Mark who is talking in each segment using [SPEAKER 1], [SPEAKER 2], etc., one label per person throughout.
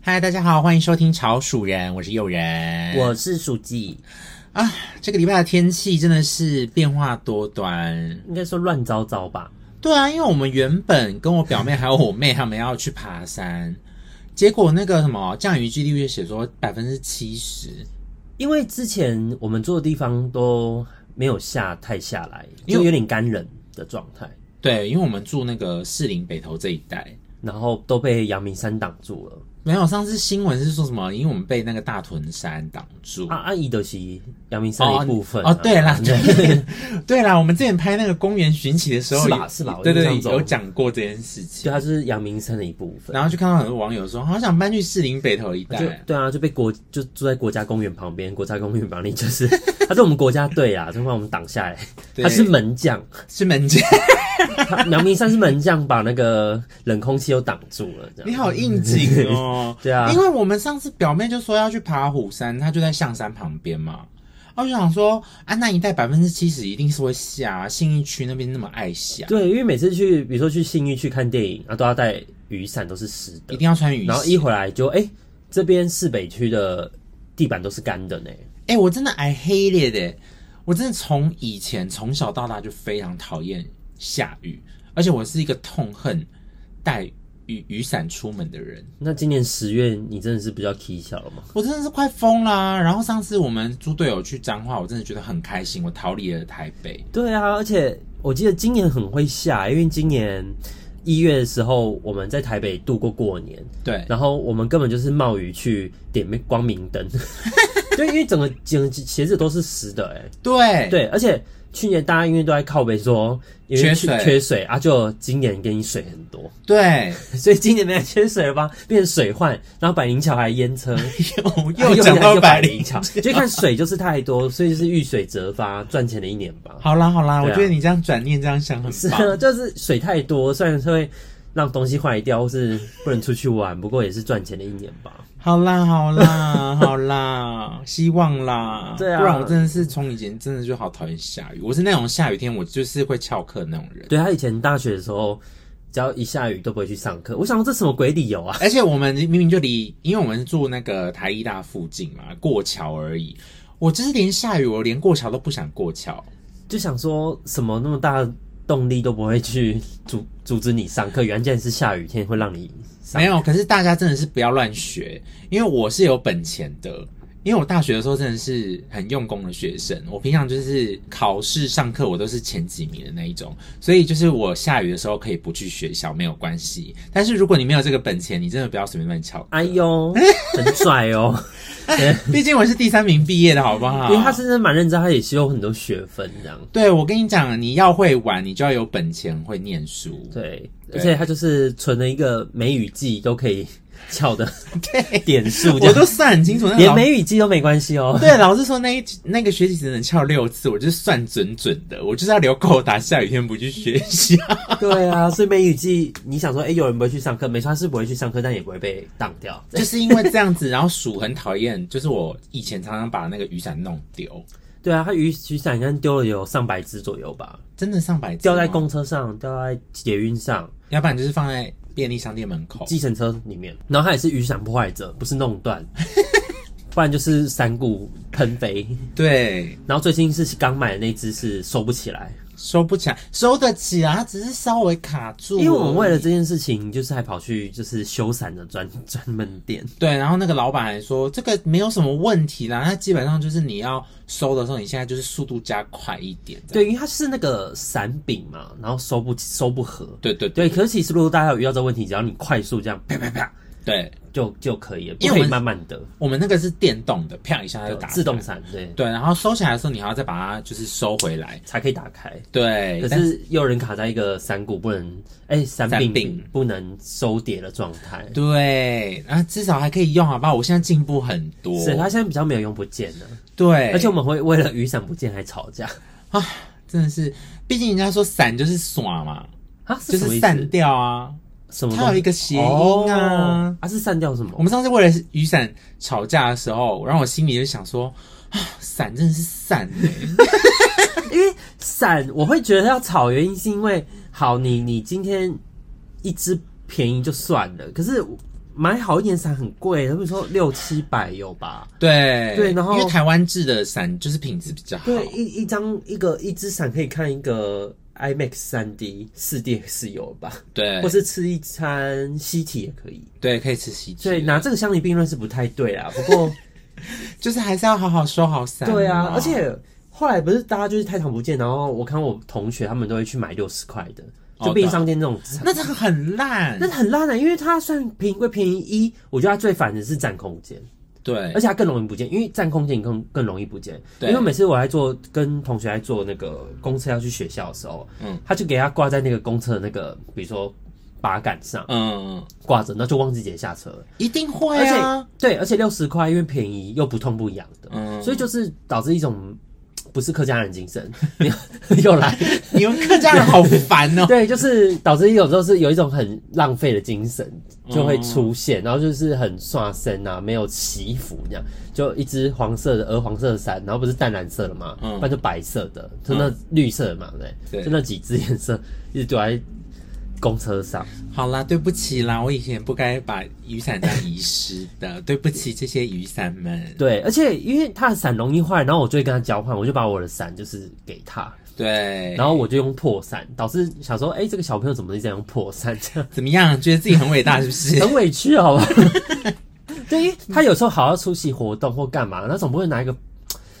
[SPEAKER 1] 嗨，大家好，欢迎收听《潮鼠人》，我是诱人。
[SPEAKER 2] 我是属鸡，
[SPEAKER 1] 啊，这个礼拜的天气真的是变化多端。
[SPEAKER 2] 应该说乱糟糟吧？
[SPEAKER 1] 对啊，因为我们原本跟我表妹还有我妹他们要去爬山，结果那个什么降雨几率就写说百分之七十，
[SPEAKER 2] 因为之前我们住的地方都没有下太下来，
[SPEAKER 1] 因为
[SPEAKER 2] 就有点干冷的状态，
[SPEAKER 1] 对，因为我们住那个士林北头这一带。
[SPEAKER 2] 然后都被阳明山挡住了。
[SPEAKER 1] 没有，上次新闻是说什么？因为我们被那个大屯山挡住。
[SPEAKER 2] 啊，阿姨的是阳明山的一部分
[SPEAKER 1] 嗯
[SPEAKER 2] 啊、
[SPEAKER 1] 哦，对 啦，对对啦，我们之前拍那个公园巡起的时候，
[SPEAKER 2] 是吧
[SPEAKER 1] 有
[SPEAKER 2] 是吧我
[SPEAKER 1] 对对
[SPEAKER 2] 印
[SPEAKER 1] 对，
[SPEAKER 2] 象中
[SPEAKER 1] 有讲过这件事情
[SPEAKER 2] 就。它是阳明山的一部分。
[SPEAKER 1] 然后就看到很多网友说，好想搬去士林北头一带
[SPEAKER 2] 就。对啊，就被国就住在国家公园旁边，国家公园旁边就是 他是我们国家队啊，就把我们挡下来。
[SPEAKER 1] 对
[SPEAKER 2] 他是门将，
[SPEAKER 1] 是门禁，
[SPEAKER 2] 他阳明山是门将，把那个冷空气都挡住了。这
[SPEAKER 1] 你
[SPEAKER 2] 样。
[SPEAKER 1] 好应景哦
[SPEAKER 2] 对啊
[SPEAKER 1] 因为我们上次表妹就说要去爬虎山，她就在象山旁边嘛。啊我就想说，安南一带百分之七十一定是会下，信义区那边那么爱下，
[SPEAKER 2] 对，因为每次去，比如说去信义去看电影，然后啊都要带雨伞，都是湿
[SPEAKER 1] 一
[SPEAKER 2] 的。
[SPEAKER 1] 定要穿雨
[SPEAKER 2] 然后
[SPEAKER 1] 衣。
[SPEAKER 2] 一回来就哎、这边市北区的地板都是干的呢。
[SPEAKER 1] 哎、我真的 I hate it，欸我真的从以前从小到大就非常讨厌下雨，而且我是一个痛恨带雨雨伞出门的人。
[SPEAKER 2] 那今年十月你真的是比较 k 小了吗？
[SPEAKER 1] 我真的是快疯啦！然后上次我们猪队友去彰化，我真的觉得很开心，我逃离了台北。
[SPEAKER 2] 对啊，而且我记得今年很会下，因为今年一月的时候我们在台北度过过年，
[SPEAKER 1] 对，
[SPEAKER 2] 然后我们根本就是冒雨去点光明 灯，对，因为整个整个鞋子都是湿的哎、
[SPEAKER 1] 对，
[SPEAKER 2] 对，而且去年大家因为都在靠北说，因为
[SPEAKER 1] 缺
[SPEAKER 2] 去
[SPEAKER 1] 水
[SPEAKER 2] 缺水啊，就今年给你水很多，
[SPEAKER 1] 对，
[SPEAKER 2] 所以今年没有缺水了吧？变成水患，然后百灵桥还淹 车，
[SPEAKER 1] 又又讲到百灵。
[SPEAKER 2] 桥，就看水就是太多，所以就是遇水则发，赚钱的一年吧。
[SPEAKER 1] 好啦好啦，我
[SPEAKER 2] 对啊
[SPEAKER 1] 觉得你这样转念这样想很
[SPEAKER 2] 是
[SPEAKER 1] 棒。
[SPEAKER 2] 啊， 就是水太多，虽然会让东西坏掉，或是不能出去玩，不过也是赚钱的一年吧。
[SPEAKER 1] 好啦好啦好啦，希望啦。
[SPEAKER 2] 对啊
[SPEAKER 1] 不然我真的是从以前真的就好讨厌下雨，我是那种下雨天我就是会翘课那种人。
[SPEAKER 2] 对他以前大学的时候，只要一下雨都不会去上课，我想说这什么鬼理由啊？
[SPEAKER 1] 而且我们明明就离，因为我们住那个台医大附近嘛，过桥而已。我就是连下雨，我连过桥都不想过桥。
[SPEAKER 2] 就想说什么那么大的动力都不会去阻阻止你上课，原来竟然是下雨天会让你上
[SPEAKER 1] 没。有，可是大家真的是不要乱学，因为我是有本钱的。因为我大学的时候真的是很用功的学生，我平常就是考试、上课我都是前几名的那一种，所以就是我下雨的时候可以不去学校没有关系。但是如果你没有这个本钱，你真的不要随便乱 翘。
[SPEAKER 2] 哎呦，很拽哦！
[SPEAKER 1] 毕竟我是第三名毕业的，好不好？
[SPEAKER 2] 因为他真的蛮认真，他也是有很多学分这样。
[SPEAKER 1] 对我跟你讲，你要会玩，你就要有本钱会念书。
[SPEAKER 2] 对，
[SPEAKER 1] 对
[SPEAKER 2] 而且他就是存了一个梅雨季都可以翘的点数，这
[SPEAKER 1] 我
[SPEAKER 2] 样
[SPEAKER 1] 都算很清楚，那个
[SPEAKER 2] 连
[SPEAKER 1] 老
[SPEAKER 2] 梅雨季都没关系哦。
[SPEAKER 1] 对，老师说那一那个学期只能翘六次，我就是算准准的，我就是要留扣打，下雨天不去学校。
[SPEAKER 2] 对啊，所以梅雨季你想说，哎、有人不会去上课，没错，他是不会去上课，但也不会被挡掉。
[SPEAKER 1] 就是因为这样子，然后鼠很讨厌，就是我以前常常把那个雨伞弄丢，
[SPEAKER 2] 对啊，他雨雨伞应该丢了有上百只左右吧，
[SPEAKER 1] 真的上百只
[SPEAKER 2] 掉在
[SPEAKER 1] 吗，
[SPEAKER 2] 公车上，掉在捷运上，
[SPEAKER 1] 要不然就是放在便利商店门口。
[SPEAKER 2] 计程车里面，然后他也是雨伞破坏者，不是弄断， 不然就是伞骨喷飞。
[SPEAKER 1] 对，
[SPEAKER 2] 然后最近是刚买的那只是收不起来，
[SPEAKER 1] 收不起来，收得起啊来，它只是稍微卡住而
[SPEAKER 2] 因
[SPEAKER 1] 已。
[SPEAKER 2] 为我们为了这件事情，就是还跑去就是修伞的专专门店。
[SPEAKER 1] 对，然后那个老板还说这个没有什么问题啦，那基本上就是你要收的时候，你现在就是速度加快一点。
[SPEAKER 2] 对，因为它是那个伞柄嘛，然后收不收不合。
[SPEAKER 1] 对对对
[SPEAKER 2] 对，可是其实如果大家有遇到这个问题，只要你快速这样啪啪啪
[SPEAKER 1] 对，
[SPEAKER 2] 就就可以了，不
[SPEAKER 1] 因为
[SPEAKER 2] 可
[SPEAKER 1] 我
[SPEAKER 2] 以
[SPEAKER 1] 们
[SPEAKER 2] 慢慢的
[SPEAKER 1] 我们那个是电动的，啪一下它就打
[SPEAKER 2] 自
[SPEAKER 1] 开
[SPEAKER 2] 动伞，对，
[SPEAKER 1] 对，然后收起来的时候，你还要再把它就是收回来。
[SPEAKER 2] 才可以打开。
[SPEAKER 1] 对，
[SPEAKER 2] 可
[SPEAKER 1] 但
[SPEAKER 2] 哎是又有人卡在一个伞骨不能，哎、伞
[SPEAKER 1] 伞
[SPEAKER 2] 柄
[SPEAKER 1] 柄
[SPEAKER 2] 不能收叠的状态，
[SPEAKER 1] 对，然后至少还可以用，好不好？我现在进步很多。
[SPEAKER 2] 所以它现在比较没有用不见了。
[SPEAKER 1] 对，
[SPEAKER 2] 啊而且我们会为了雨伞不见还吵架
[SPEAKER 1] 真的是，毕竟人家说散就是耍嘛，
[SPEAKER 2] 啊？
[SPEAKER 1] 就
[SPEAKER 2] 什么
[SPEAKER 1] 是
[SPEAKER 2] 意思
[SPEAKER 1] 散掉啊。
[SPEAKER 2] 什么东西？
[SPEAKER 1] 它有一个谐音啊
[SPEAKER 2] 哦，啊是散掉什
[SPEAKER 1] 我
[SPEAKER 2] 么？
[SPEAKER 1] 们上次为了雨伞吵架的时候，然后我心里就想说，啊，伞真的是伞欸、
[SPEAKER 2] 因为伞我会觉得要吵，原因是因为好，你你今天一支便宜就算了，可是买好一点伞很贵，他们说六七百有吧？
[SPEAKER 1] 对
[SPEAKER 2] 对然后
[SPEAKER 1] 因为台湾制的伞就是品质比较好，
[SPEAKER 2] 对，一一张一个一只伞可以看一个 IMAX 三 D、四 DX 有吧？
[SPEAKER 1] 对
[SPEAKER 2] 或是吃一餐西体也可以。
[SPEAKER 1] 对，可以吃喜
[SPEAKER 2] 所以
[SPEAKER 1] 剧，
[SPEAKER 2] 拿这个相提并论是不太对啊。不过
[SPEAKER 1] 就是还是要好好收好伞。
[SPEAKER 2] 对啊
[SPEAKER 1] 好，不好
[SPEAKER 2] 而且后来不是大家就是太长不见，然后我看我同学他们都会去买六十块的，
[SPEAKER 1] 哦啊
[SPEAKER 2] 就便利商店那种伞。
[SPEAKER 1] 那这个很烂
[SPEAKER 2] 那，很烂的、因为它虽然便宜归便宜，一我觉得它最烦的是占空间，
[SPEAKER 1] 对
[SPEAKER 2] 而，且它更容易不见，因为占空间你更更容易不见。
[SPEAKER 1] 对
[SPEAKER 2] 因为每次我在坐跟同学在坐那个公车要去学校的时候，
[SPEAKER 1] 嗯
[SPEAKER 2] 嗯，他就给他挂在那个公车的那个，比如说把杆上
[SPEAKER 1] 嗯，
[SPEAKER 2] 挂着，那就忘记直接下车了。
[SPEAKER 1] 一定会
[SPEAKER 2] 而
[SPEAKER 1] 啊
[SPEAKER 2] 且，对，而且六十块因为便宜又不痛不痒的，
[SPEAKER 1] 嗯
[SPEAKER 2] 所以就是导致一种不是客家人精 神， 又来，
[SPEAKER 1] 你们客家人好烦哦。
[SPEAKER 2] 对，就是导致有时候是有一种很浪费的精神就会出现，
[SPEAKER 1] 嗯
[SPEAKER 2] 然后就是很刷身啊，没有祈福这样，就一只黄色的鹅黄色的伞，然后不是淡蓝色的嘛，
[SPEAKER 1] 嗯
[SPEAKER 2] 不然就白色的，就那绿色的嘛，对，
[SPEAKER 1] 对
[SPEAKER 2] 就那几只颜色一直躲在公车上，
[SPEAKER 1] 好啦，对不起啦，我以前不该把雨伞这样遗失的，对不起这些雨伞们。
[SPEAKER 2] 对，而且因为他的伞容易坏，然后我就会跟他交换，我就把我的伞就是给他。
[SPEAKER 1] 对，
[SPEAKER 2] 然后我就用破伞，导致想说，哎、这个小朋友怎么一直在用破伞，这样
[SPEAKER 1] 怎么样？觉得自己很伟大是不 是？
[SPEAKER 2] 很委屈，好吧？对，因为他有时候好要出席活动或干嘛，他总不会拿一个
[SPEAKER 1] 嗯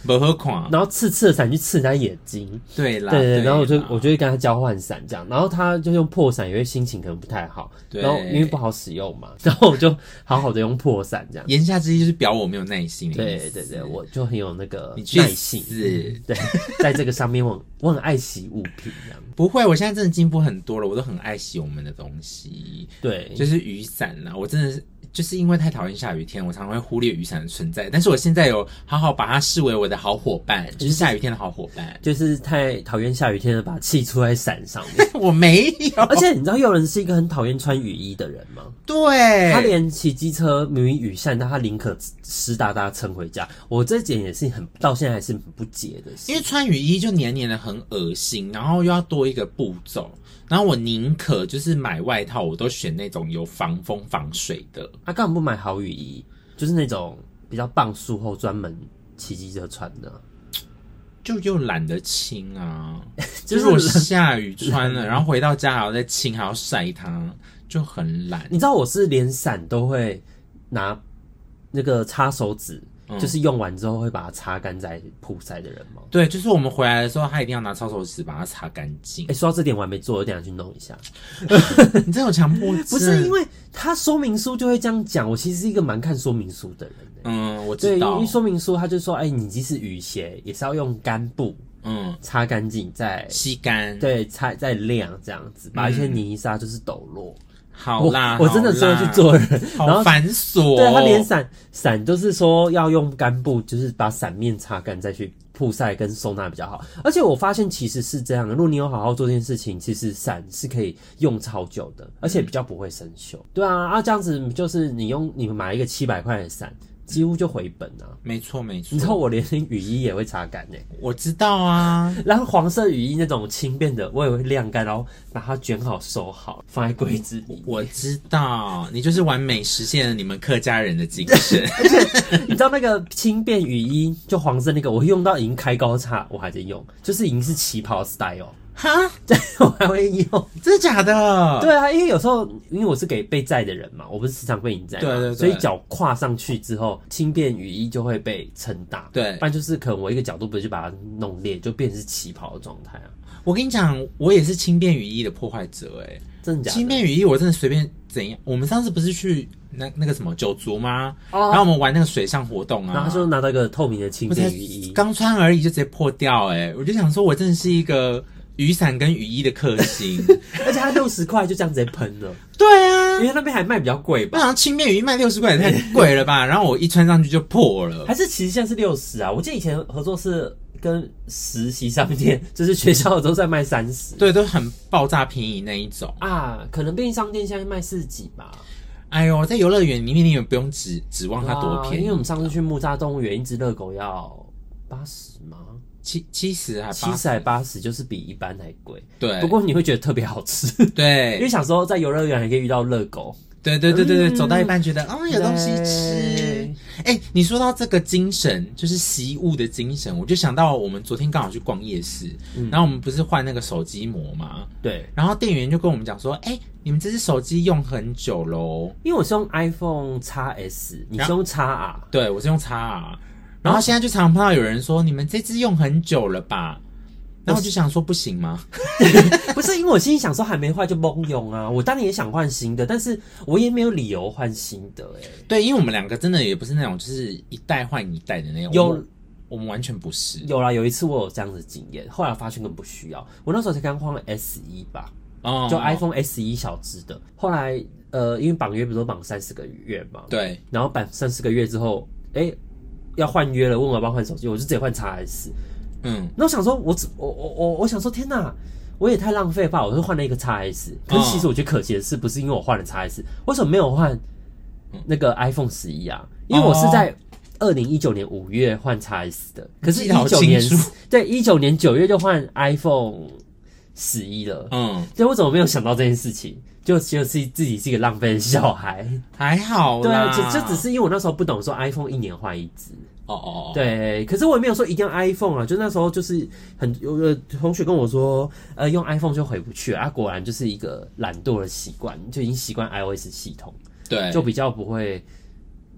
[SPEAKER 1] 不何况，
[SPEAKER 2] 然后刺刺的伞去刺人家眼睛，
[SPEAKER 1] 对啦，
[SPEAKER 2] 对对。然后我就
[SPEAKER 1] 啦
[SPEAKER 2] 我就会跟他交换伞这样，然后他就用破伞，因为心情可能不太好，
[SPEAKER 1] 对
[SPEAKER 2] 然后因为不好使用嘛， 然后我就好好的用破伞这样。
[SPEAKER 1] 言下之意就是表我没有耐心的意思。
[SPEAKER 2] 对对对，我就很有那个
[SPEAKER 1] 你去
[SPEAKER 2] 耐性，
[SPEAKER 1] 死
[SPEAKER 2] 对，在这个上面我很我很爱惜物品这样，
[SPEAKER 1] 不会，我现在真的进步很多了，我都很爱惜我们的东西，
[SPEAKER 2] 对，
[SPEAKER 1] 就是雨伞啦。我真的是就是因为太讨厌下雨天，我常常会忽略雨伞的存在。但是我现在有好好把它视为我的好伙伴，就是下雨天的好伙伴。
[SPEAKER 2] 就是太讨厌下雨天了，把气出在伞上 面。
[SPEAKER 1] 我没有，
[SPEAKER 2] 而且你知道，有人是一个很讨厌穿雨衣的人吗？
[SPEAKER 1] 对，
[SPEAKER 2] 他连骑机车明明雨下，但他宁可湿哒哒撑回家。我这点也是很到现在还是很不解的事
[SPEAKER 1] 因。为穿雨衣就黏黏的很恶心，然后又要多一个步骤，然后我宁可就是买外套，我都选那种有防风防水的。
[SPEAKER 2] 他干嘛不买好雨衣？就是那种比较棒术后专门骑机车穿的。
[SPEAKER 1] 就又懒得清啊，就
[SPEAKER 2] 就
[SPEAKER 1] 是是我下雨穿了，然后回到家还要再清，还要晒它，就很懒。
[SPEAKER 2] 你知道我是连伞都会拿那个擦手指，
[SPEAKER 1] 嗯
[SPEAKER 2] 就是用完之后会把它擦干再曝晒的人吗？
[SPEAKER 1] 对，就是我们回来的时候，他一定要拿抄手纸把它擦干净
[SPEAKER 2] 哎、。说到这点我还没做，我等一下去弄一下。哎
[SPEAKER 1] 你真有强迫症？
[SPEAKER 2] 不是因为他说明书就会这样讲，我其实是一个蛮看说明书的人、欸。
[SPEAKER 1] 嗯，我
[SPEAKER 2] 对，
[SPEAKER 1] 知
[SPEAKER 2] 因
[SPEAKER 1] 道
[SPEAKER 2] 为，说明书他就说，哎、你即使雨鞋也是要用干布
[SPEAKER 1] 嗯，
[SPEAKER 2] 擦干净，再
[SPEAKER 1] 吸干。
[SPEAKER 2] 对擦再晾这样子，把一些泥沙就是抖落。
[SPEAKER 1] 好啦，
[SPEAKER 2] 我我真的
[SPEAKER 1] 好
[SPEAKER 2] 是会
[SPEAKER 1] 啦
[SPEAKER 2] 去，做的人，然
[SPEAKER 1] 好
[SPEAKER 2] 后。
[SPEAKER 1] 繁琐。
[SPEAKER 2] 对他连伞伞都是说要用干布，就是把伞面擦干再去曝晒跟收纳比较好。而且我发现其实是这样的，如果你有好好做这件事情，其实伞是可以用超久的，而且比较不会生锈。对啊，啊这样子就是你用你买一个七百块的伞，几乎就回本啊。
[SPEAKER 1] 没错没
[SPEAKER 2] 你知道
[SPEAKER 1] 错，
[SPEAKER 2] 我连雨衣也会擦干呢、
[SPEAKER 1] 我知道啊。
[SPEAKER 2] 然后黄色雨衣那种轻便的我也会晾干，然后把它卷好收好，放在柜子里。
[SPEAKER 1] 我知道，你就是完美实现了你们客家人的精神。
[SPEAKER 2] 你知道那个轻便雨衣，就黄色那个，我用到已经开高叉，我还在用，就是已经是旗袍 style，
[SPEAKER 1] 哈，
[SPEAKER 2] 对我还会用。
[SPEAKER 1] 真的假的？
[SPEAKER 2] 对啊，因为有时候因为我是给被载的人嘛，我不是时常被你载嘛，
[SPEAKER 1] 对对对
[SPEAKER 2] 所以脚跨上去之后，轻便雨衣就会被撑大，
[SPEAKER 1] 对
[SPEAKER 2] 不然就是可能我一个角度不是就把它弄裂，就变成是旗袍的状态啊，
[SPEAKER 1] 我跟你讲，我也是轻便雨衣的破坏者哎、
[SPEAKER 2] 真的假的？
[SPEAKER 1] 轻便雨衣我真的随便怎样。我们上次不是去那那个什么九族吗？
[SPEAKER 2] 哦
[SPEAKER 1] 然后我们玩那个水上活动啊，
[SPEAKER 2] 然后他就拿到一个透明的轻
[SPEAKER 1] 我才
[SPEAKER 2] 便雨衣，
[SPEAKER 1] 刚穿而已就直接破掉哎、我就想说我真的是一个雨伞跟雨衣的克 星。
[SPEAKER 2] 而且他六十块就这样直接喷了，
[SPEAKER 1] 对啊
[SPEAKER 2] 因，为那边还卖比较贵吧
[SPEAKER 1] 我。想轻便雨衣卖六十块也太贵了吧？然后我一穿上去就破了。
[SPEAKER 2] 还是其实现在是六十啊？我记得以前合作社跟实习商店， 就是学校都在卖三十
[SPEAKER 1] 对，都很爆炸便宜那一种。
[SPEAKER 2] 啊，可能便利商店现在卖四十几吧。
[SPEAKER 1] 哎呦，在游乐园里面，你也不用指指望它多
[SPEAKER 2] 啊
[SPEAKER 1] 便宜
[SPEAKER 2] 因为我，们上次去木栅动物园，一只热狗要八十吗？
[SPEAKER 1] 七七十还
[SPEAKER 2] 七
[SPEAKER 1] 八
[SPEAKER 2] 十还八十，就是比一般还贵。
[SPEAKER 1] 对，
[SPEAKER 2] 不过你会觉得特别好吃，因为
[SPEAKER 1] 对
[SPEAKER 2] 想说在游乐园还可以遇到热狗，
[SPEAKER 1] 对对对对对，
[SPEAKER 2] 嗯
[SPEAKER 1] 走到一半觉得啊、有东西吃
[SPEAKER 2] 对。
[SPEAKER 1] 哎、你说到这个精神，就是习物的精神，我就想到我们昨天刚好去逛夜市，然后我们不是换那个手机膜吗？
[SPEAKER 2] 对，
[SPEAKER 1] 然后店员就跟我们讲说，哎、你们这只手机用很久喽。
[SPEAKER 2] 因为我是用 iPhone x S，你是用 x R，
[SPEAKER 1] 对我是用 x R，然后现在就常碰到有人说，你们这只用很久了吧？然后我就想说，不行吗？
[SPEAKER 2] 不是因为我心里想说还没坏就蒙用啊，我当然也想换新的，但是我也没有理由换新的哎、
[SPEAKER 1] 对，因为我们两个真的也不是那种就是一代换一代的那种，
[SPEAKER 2] 有
[SPEAKER 1] 我们我们完全不是。
[SPEAKER 2] 有啦，有一次我有这样的经验，后来发现根本不需要。我那时候才刚换了 S 一吧，
[SPEAKER 1] 哦
[SPEAKER 2] 就 iPhone S 一小只的。后来呃，因为绑约不是都绑三十个月嘛，
[SPEAKER 1] 对，
[SPEAKER 2] 然后绑三十个月之后，哎、要换约了，问我要不要换手机，我就直接换 x S。
[SPEAKER 1] 嗯，
[SPEAKER 2] 那我想说我只，我我我我想说，天哪，我也太浪费吧！我就换了一个 x S，可是其
[SPEAKER 1] 嗯
[SPEAKER 2] 实我觉得可惜的是，不是因为我换了 x S，为什么没有换
[SPEAKER 1] 嗯
[SPEAKER 2] 那个 iPhone 十一啊？因为我是在二零一九年五月换 x S 的，可是
[SPEAKER 1] 记得好
[SPEAKER 2] 一九年
[SPEAKER 1] 清楚
[SPEAKER 2] 对一九年九月就换 iPhone 十一了。
[SPEAKER 1] 嗯，
[SPEAKER 2] 对，我怎么没有想到这件事情？就觉得自己自己是一个浪费的小孩，
[SPEAKER 1] 还好
[SPEAKER 2] 对啊
[SPEAKER 1] 啦，，
[SPEAKER 2] 就就只是因为我那时候不懂说 iPhone 一年换一只，
[SPEAKER 1] 哦哦哦，
[SPEAKER 2] 对，可是我也没有说一定要 iPhone 啊，就那时候就是很有个同学跟我说，呃，用 iPhone 就回不去了啊，果然就是一个懒惰的习惯，就已经习惯 iOS 系统，
[SPEAKER 1] 对，
[SPEAKER 2] 就比较不会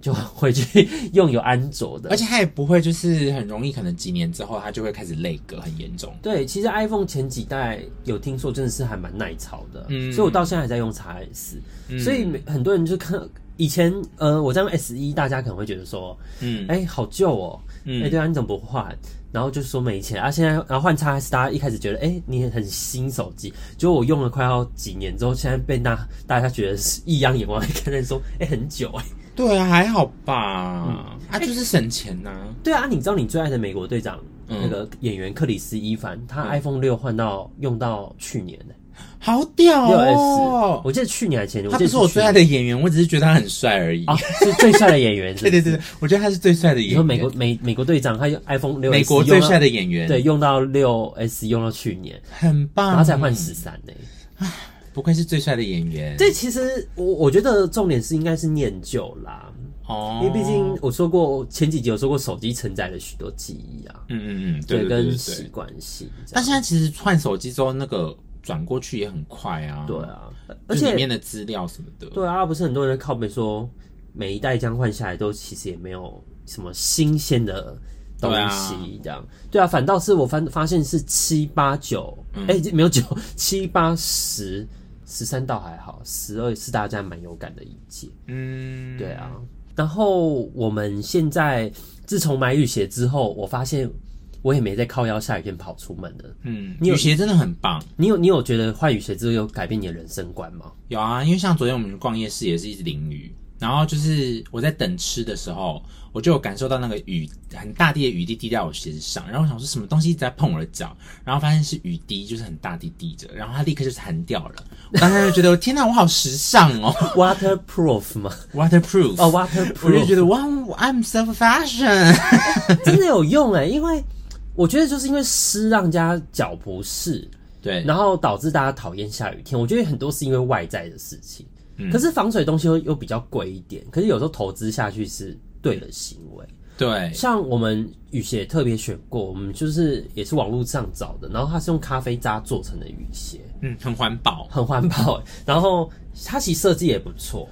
[SPEAKER 2] 就会去 用有安卓
[SPEAKER 1] 而
[SPEAKER 2] 的。
[SPEAKER 1] 且他也不会就是很容易，可能几年之后他就会开始累格很严重。
[SPEAKER 2] 对，其实 iPhone 前几代有听说真的是还蛮耐操的，
[SPEAKER 1] 嗯
[SPEAKER 2] 所以我到现在还在用 XS，、
[SPEAKER 1] 嗯
[SPEAKER 2] 所以每很多人就看以前呃我在用 S 一，大家可能会觉得说，
[SPEAKER 1] 嗯，
[SPEAKER 2] 哎、好旧哦，哎、
[SPEAKER 1] 嗯
[SPEAKER 2] 对啊，你怎么不换？然后就说没钱啊，现在然后换 x S，大家一开始觉得，哎、你很新手机，结果我用了快要几年之后，现在被大大家觉得是异样眼光来看待，说，哎、很久哎、
[SPEAKER 1] 对啊，还好吧，
[SPEAKER 2] 嗯
[SPEAKER 1] 啊，就是省钱呐、
[SPEAKER 2] 对啊，你知道你最爱的美国队长、
[SPEAKER 1] 嗯
[SPEAKER 2] 那个演员克里斯伊凡，他 iPhone 六换到用到去年哎
[SPEAKER 1] 好屌
[SPEAKER 2] 六、S，
[SPEAKER 1] 哦！
[SPEAKER 2] 我记得去年还前年，
[SPEAKER 1] 他
[SPEAKER 2] 记
[SPEAKER 1] 不
[SPEAKER 2] 得
[SPEAKER 1] 是我
[SPEAKER 2] 去
[SPEAKER 1] 最爱
[SPEAKER 2] 年
[SPEAKER 1] 的演员，我只是觉得他很帅而已。
[SPEAKER 2] 啊，是最帅的演员，
[SPEAKER 1] 对对对，对我觉得他是最帅的演
[SPEAKER 2] 你说
[SPEAKER 1] 员，
[SPEAKER 2] 美国美美国队长，他用 iPhone 六，
[SPEAKER 1] 美国最帅的演员，
[SPEAKER 2] 对，，用到六 S 用到去年，
[SPEAKER 1] 很棒，
[SPEAKER 2] 然后再换十三呢。
[SPEAKER 1] 嗯不愧是最帅的演员。
[SPEAKER 2] 这其实我我觉得重点是应该是念旧啦，
[SPEAKER 1] 哦
[SPEAKER 2] 因为毕竟我说过前几集有说过手机承载了许多记忆啊，
[SPEAKER 1] 嗯嗯嗯，对对对
[SPEAKER 2] 跟
[SPEAKER 1] 对
[SPEAKER 2] 习
[SPEAKER 1] 对。
[SPEAKER 2] 惯性这
[SPEAKER 1] 但
[SPEAKER 2] 样，
[SPEAKER 1] 现在其实换手机之后，那个转过去也很快啊。
[SPEAKER 2] 对，啊，而
[SPEAKER 1] 而且里
[SPEAKER 2] 且
[SPEAKER 1] 面的资料什么的，
[SPEAKER 2] 对啊，不是很多人在靠背说每一代这样换下来都其实也没有什么新鲜的。东
[SPEAKER 1] 对啊
[SPEAKER 2] 西这样，对啊，反倒是我发发现是七八九，
[SPEAKER 1] 嗯
[SPEAKER 2] 哎，这没有九，七八十十三倒还好，十二是大家蛮有感的一届。
[SPEAKER 1] 嗯，
[SPEAKER 2] 对啊，然后我们现在自从买雨鞋之后，我发现我也没在靠腰下雨天跑出门了。
[SPEAKER 1] 嗯，
[SPEAKER 2] 你有
[SPEAKER 1] 雨鞋真的很棒。
[SPEAKER 2] 你有你有觉得换雨鞋之后有改变你的人生观吗？
[SPEAKER 1] 有啊，因为像昨天我们逛夜市也是一直淋雨，然后就是我在等吃的时候，我就有感受到那个雨很大滴的雨滴滴在我鞋子上，然后我想说什么东西一直在碰我的脚，然后发现是雨滴，就是很大滴滴着，然后它立刻就弹掉了。我当时就觉得天哪，我好时尚哦
[SPEAKER 2] Waterproof 吗？
[SPEAKER 1] ，waterproof
[SPEAKER 2] 哦
[SPEAKER 1] 我就
[SPEAKER 2] ，Waterproof
[SPEAKER 1] 觉得哇，I'm so fashion。
[SPEAKER 2] 真的有用哎、因为我觉得就是因为湿让人家脚不适，
[SPEAKER 1] 对，
[SPEAKER 2] 然后导致大家讨厌下雨天。我觉得很多是因为外在的事情，可是防水东西又又比较贵一点，可是有时候投资下去是对的行为。
[SPEAKER 1] 对，
[SPEAKER 2] 像我们雨鞋特别选过，我们就是也是网络上找的，然后它是用咖啡渣做成的雨鞋，
[SPEAKER 1] 嗯，很环保，
[SPEAKER 2] 很环保，欸然后它其实设计也不错，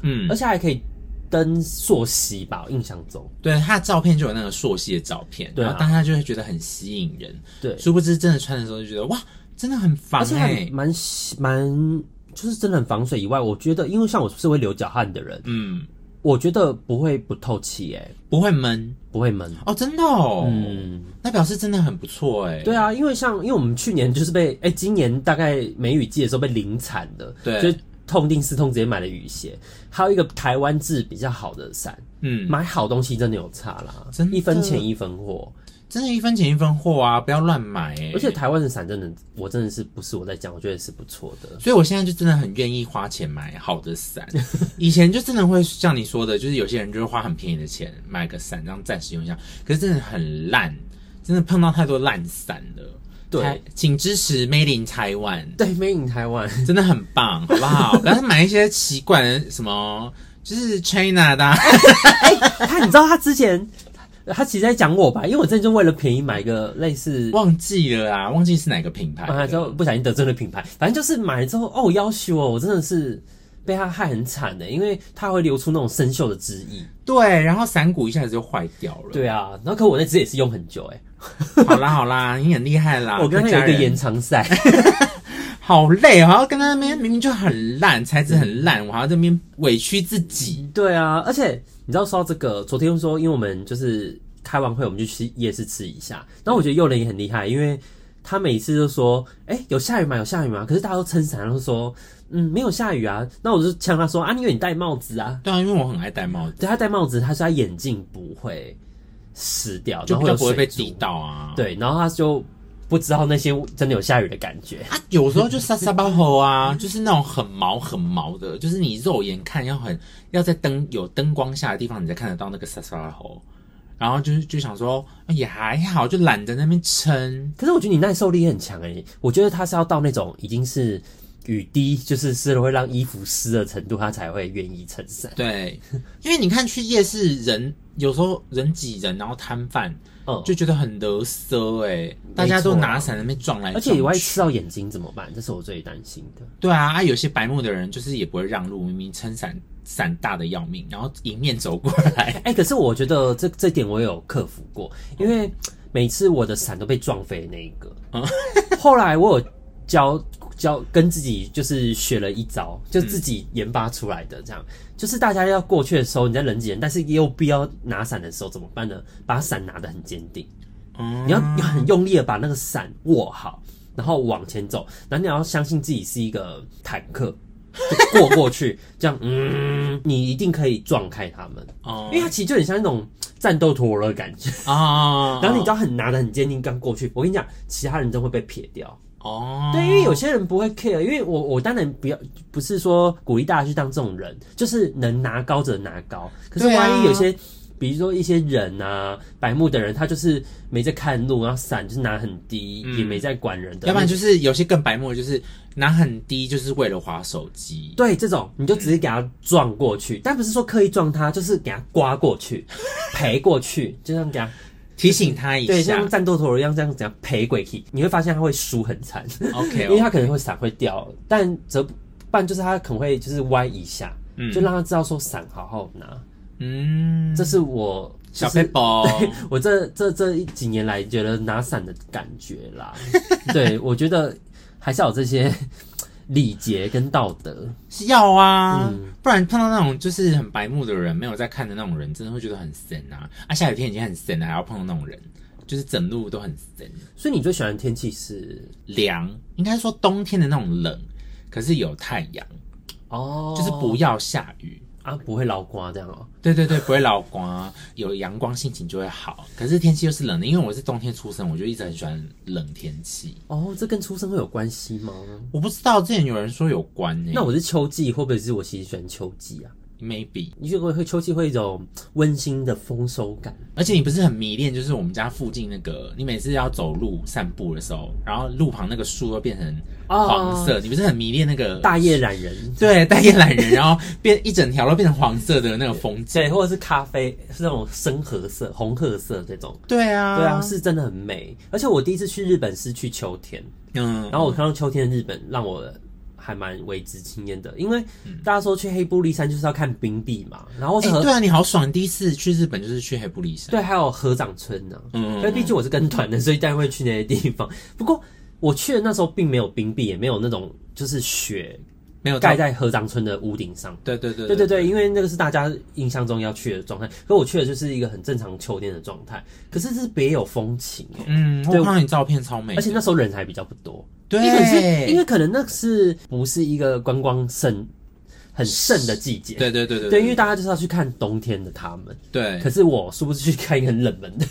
[SPEAKER 1] 嗯
[SPEAKER 2] 而，且还可以登溯溪吧，我印象中。
[SPEAKER 1] 对，他的照片就有那个硕系的照片，
[SPEAKER 2] 对啊
[SPEAKER 1] 然后当下就会觉得很吸引人，
[SPEAKER 2] 对，
[SPEAKER 1] 殊不知真的穿的时候就觉得哇，真的很防
[SPEAKER 2] 而且还
[SPEAKER 1] 哎、
[SPEAKER 2] 蛮蛮就是真的很防水以外，我觉得因为像我是会流脚汗的人，
[SPEAKER 1] 嗯，
[SPEAKER 2] 我觉得不会不透气，哎，
[SPEAKER 1] 不会闷
[SPEAKER 2] 不会闷。
[SPEAKER 1] 哦，真的哦，
[SPEAKER 2] 嗯，
[SPEAKER 1] 那表示真的很不错哎、
[SPEAKER 2] 对啊，因为像因为我们去年就是被哎、今年大概梅雨季的时候被淋惨的，
[SPEAKER 1] 对
[SPEAKER 2] 就是痛定思痛直接买了雨鞋，还有一个台湾制比较好的伞，
[SPEAKER 1] 嗯，
[SPEAKER 2] 买好东西真的有差啦，
[SPEAKER 1] 真的
[SPEAKER 2] 一分钱一分货，
[SPEAKER 1] 真的一分钱一分货啊，不要乱买哎、
[SPEAKER 2] 而且台湾的伞真的，我真的是不是我在讲，我觉得是不错的，
[SPEAKER 1] 所以我现在就真的很愿意花钱买好的 伞，以前就真的会像你说的，就是有些人就会花很便宜的钱买个伞，这样暂时用一下，可是真的很烂，真的碰到太多烂伞了。
[SPEAKER 2] 对
[SPEAKER 1] 台请支持 Made in 台湾，
[SPEAKER 2] 对，Made in 台湾，
[SPEAKER 1] 真的很棒，好不 好？不要买一些奇怪的什么，就是 China 的啊、
[SPEAKER 2] 他你知道他之前他他其实在讲我吧，因为我真的就为了便宜买一个类似。
[SPEAKER 1] 忘记了啊，忘记是哪个品牌
[SPEAKER 2] 啊，
[SPEAKER 1] 的。
[SPEAKER 2] 之后不小心得罪了品牌，反正就是买了之后，哦，要求哦，我真的是被他害很惨的，因为他会流出那种生锈的汁液。
[SPEAKER 1] 对，然后伞骨一下子就坏掉了。
[SPEAKER 2] 对啊，然后可我那只也是用很久，哎，
[SPEAKER 1] 好啦好 啦，你很厉害啦。
[SPEAKER 2] 我跟他有
[SPEAKER 1] 客家
[SPEAKER 2] 一个
[SPEAKER 1] 人
[SPEAKER 2] 延长赛，
[SPEAKER 1] 好累，还要跟他那边明明就很烂，材质很烂，我还要在那边委屈自己。
[SPEAKER 2] 对啊，而且你知道说到这个，昨天说，因为我们就是开完会，我们就去夜市吃一下。然后我觉得佑人也很厉害，因为他每次就说：“哎、有下雨吗？有下雨吗？”可是大家都撑伞，然后说：“嗯，没有下雨啊。”那我就呛他说：“啊，你以为你戴帽子啊
[SPEAKER 1] 对啊，因为我很爱戴帽子，？”
[SPEAKER 2] 对，他戴帽子，他说他眼镜不会湿掉，
[SPEAKER 1] 就
[SPEAKER 2] 然
[SPEAKER 1] 比
[SPEAKER 2] 后
[SPEAKER 1] 较
[SPEAKER 2] 有
[SPEAKER 1] 不会被
[SPEAKER 2] 水
[SPEAKER 1] 滴
[SPEAKER 2] 珠。
[SPEAKER 1] 到啊。
[SPEAKER 2] 对，然后他就不知道那些真的有下雨的感觉。
[SPEAKER 1] 啊，有时候就沙沙巴猴啊， 就是那种很毛很毛的，就是你肉眼看要很要在灯有灯光下的地方，你才看得到那个沙沙巴猴。然后就是就想说啊也还好，就懒得那边撑。
[SPEAKER 2] 可是我觉得你耐受力也很强哎、我觉得他是要到那种已经是雨滴，就是是会让衣服湿的程度，他才会愿意撑伞。
[SPEAKER 1] 对，因为你看去夜市人有时候人挤人，然后摊贩
[SPEAKER 2] 嗯，
[SPEAKER 1] 就觉得很得瑟哎、大家都拿伞在那边撞来
[SPEAKER 2] 而
[SPEAKER 1] 撞去。
[SPEAKER 2] 且万一吃到眼睛怎么办？这是我最担心的。
[SPEAKER 1] 对啊，啊，有些白目的人就是也不会让路，明明撑伞伞大的要命，然后迎面走过来。
[SPEAKER 2] 哎、可是我觉得这这点我有克服过，因为每次我的伞都被撞飞那一个。 后来我有教教跟自己就是学了一招，就自己研发出来的这样。就是大家要过去的时候，你在人挤人，但是也有必要拿伞的时候怎么办呢？把伞拿得很坚定。
[SPEAKER 1] 嗯，
[SPEAKER 2] 你要你要很用力的把那个伞握好，然后往前走，然后你要相信自己是一个坦克，就过过去，这样，嗯，你一定可以撞开他们，
[SPEAKER 1] 哦
[SPEAKER 2] 因为它其实就很像那种战斗陀螺的感觉，
[SPEAKER 1] 啊
[SPEAKER 2] 然后你只要很拿的很坚定刚过去，我跟你讲，其他人都会被撇掉。
[SPEAKER 1] 哦，
[SPEAKER 2] 对，因为有些人不会 care，因为我我当然不要，不是说鼓励大家去当这种人，就是能拿高者拿高。可是
[SPEAKER 1] 对啊
[SPEAKER 2] 万一有些，比如说一些人啊，白目的人，他就是没在看路，然后伞就是拿很低，也没在管人的，
[SPEAKER 1] 嗯要不然就是有些更白目，的就是拿很低，就是为了划手机。
[SPEAKER 2] 对这种，你就直接给他撞过去，但不是说刻意撞他，就是给他刮过去，赔过去，就像给他
[SPEAKER 1] 提醒他一
[SPEAKER 2] 对
[SPEAKER 1] 下
[SPEAKER 2] 像战斗陀螺一样这样怎样赔鬼去，你会发现他会输很惨。
[SPEAKER 1] ，OK，哦
[SPEAKER 2] 因为他可能会伞会掉，但则不然就是他可能会就是歪一下，
[SPEAKER 1] 嗯
[SPEAKER 2] 就让他知道说伞好好拿。
[SPEAKER 1] 嗯，
[SPEAKER 2] 这是我
[SPEAKER 1] 小
[SPEAKER 2] 就是
[SPEAKER 1] paper
[SPEAKER 2] 我这这这一几年来觉得拿伞的感觉啦， 对我觉得还是要有这些礼节跟道德。
[SPEAKER 1] 是要啊，不然碰到那种就是很白目的人，没有在看的那种人，真的会觉得很神啊！啊，下雨天已经很神了，还要碰到那种人，就是整路都很神。
[SPEAKER 2] 所以你最喜欢的天气是
[SPEAKER 1] 凉，应该说冬天的那种冷，可是有太阳，
[SPEAKER 2] 哦，
[SPEAKER 1] 就是不要下雨。
[SPEAKER 2] 啊不会捞瓜这样哦。
[SPEAKER 1] 对对对，不会老光，有阳光心情就会好。可是天气又是冷的，因为我是冬天出生，我就一直很喜欢冷天气。
[SPEAKER 2] 哦，这跟出生会有关系吗？
[SPEAKER 1] 我不知道之前有人说有关欸呢、
[SPEAKER 2] 那我是秋季，会不会是我其实喜欢秋季啊？
[SPEAKER 1] m a y b e
[SPEAKER 2] 你觉得会秋季会有一种温馨的丰收感？
[SPEAKER 1] 而且你不是很迷恋，就是我们家附近那个，你每次要走路散步的时候，然后路旁那个树又变成黄色，你不是很迷恋那个？
[SPEAKER 2] 大叶染人，
[SPEAKER 1] 对，大叶懒人，然后变一整条都变成黄色的那个风景。
[SPEAKER 2] 对，或者是咖啡是那种深褐色、红褐色这种，
[SPEAKER 1] 对啊，
[SPEAKER 2] 对啊，，是真的很美。而且我第一次去日本是去秋天，
[SPEAKER 1] 嗯，
[SPEAKER 2] 然后我看到秋天的日本，让我还蛮为之惊艳的，因为大家说去黑部立山就是要看冰壁嘛，然后是
[SPEAKER 1] 哎、
[SPEAKER 2] 和、
[SPEAKER 1] 对啊，你好爽！你第一次去日本就是去黑布利山，
[SPEAKER 2] 对，还有合掌村呢、
[SPEAKER 1] 嗯
[SPEAKER 2] 因为毕竟我是跟团的，所以当然会去那些地方。不过我去的那时候并没有冰壁，也没有那种就是雪
[SPEAKER 1] 没有
[SPEAKER 2] 盖
[SPEAKER 1] 到，
[SPEAKER 2] 在合掌村的屋顶上。
[SPEAKER 1] 对对对
[SPEAKER 2] 对对对，因为那个是大家印象中要去的状态，可我去的就是一个很正常秋天的状态，可是这是别有风情哎、
[SPEAKER 1] 嗯，我
[SPEAKER 2] 对
[SPEAKER 1] 看到你照片超美的，
[SPEAKER 2] 而且那时候人还比较不多，
[SPEAKER 1] 对，
[SPEAKER 2] 因为是因为可能那是不是一个观光盛很盛的季节，
[SPEAKER 1] 对对对对
[SPEAKER 2] 对，因为大家就是要去看冬天的他们，
[SPEAKER 1] 对，
[SPEAKER 2] 可是我殊不知去看一个很冷门的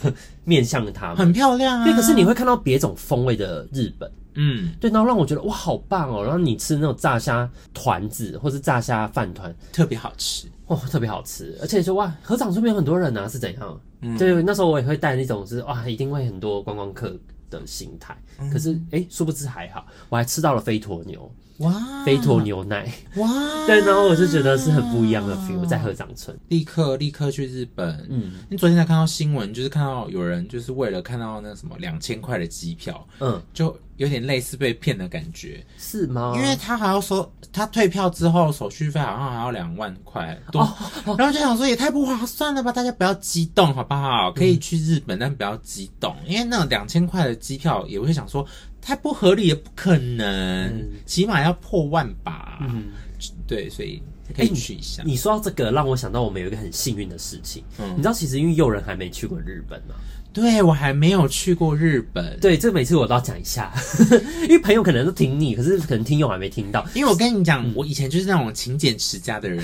[SPEAKER 2] 面向的他们，
[SPEAKER 1] 很漂亮啊。
[SPEAKER 2] 对，可是你会看到别种风味的日本。
[SPEAKER 1] 嗯，
[SPEAKER 2] 对，然后让我觉得哇，好棒哦！然后你吃那种炸虾团子或是炸虾饭团，
[SPEAKER 1] 特别好吃，
[SPEAKER 2] 哇，哦特别好吃，而且说哇，合嗯掌村边有很多人啊，是怎样？对，那时候我也会带那种是哇，一定会很多观光客的心态。可是哎、殊不知还好，我还吃到了飞驼牛、
[SPEAKER 1] 哇，
[SPEAKER 2] 飞驼牛奶。
[SPEAKER 1] 哇，
[SPEAKER 2] 对，然后我就觉得是很不一样的
[SPEAKER 1] 哦
[SPEAKER 2] feel，在鹤长村。
[SPEAKER 1] 立刻立刻去日本。
[SPEAKER 2] 嗯
[SPEAKER 1] 你昨天才看到新闻，就是看到有人就是为了看到那什么两千块的机票，
[SPEAKER 2] 嗯，
[SPEAKER 1] 就有点类似被骗的感觉，
[SPEAKER 2] 是吗？
[SPEAKER 1] 因为他还要收他退票之后手续费好像还要两万块多，
[SPEAKER 2] 哦
[SPEAKER 1] 然后就想说也太不划算了吧，大家不要激动好不好？可以
[SPEAKER 2] 嗯
[SPEAKER 1] 去日本，但不要激动，因为那两千块的机票也会想说太不合理，也不可能，起码要破万吧？
[SPEAKER 2] 嗯
[SPEAKER 1] 对，所以可以
[SPEAKER 2] 哎
[SPEAKER 1] 去一下。
[SPEAKER 2] 你说到这个，让我想到我们有一个很幸运的事情。
[SPEAKER 1] 嗯
[SPEAKER 2] 你知道，其实因为诱人还没去过日本嘛。
[SPEAKER 1] 对我还没有去过日本，
[SPEAKER 2] 对，这每次我都要讲一下， 因为朋友可能都听你，可是可能听友还没听到。
[SPEAKER 1] 因为我跟你
[SPEAKER 2] 嗯
[SPEAKER 1] 讲，我以前就是那种勤俭持家的人，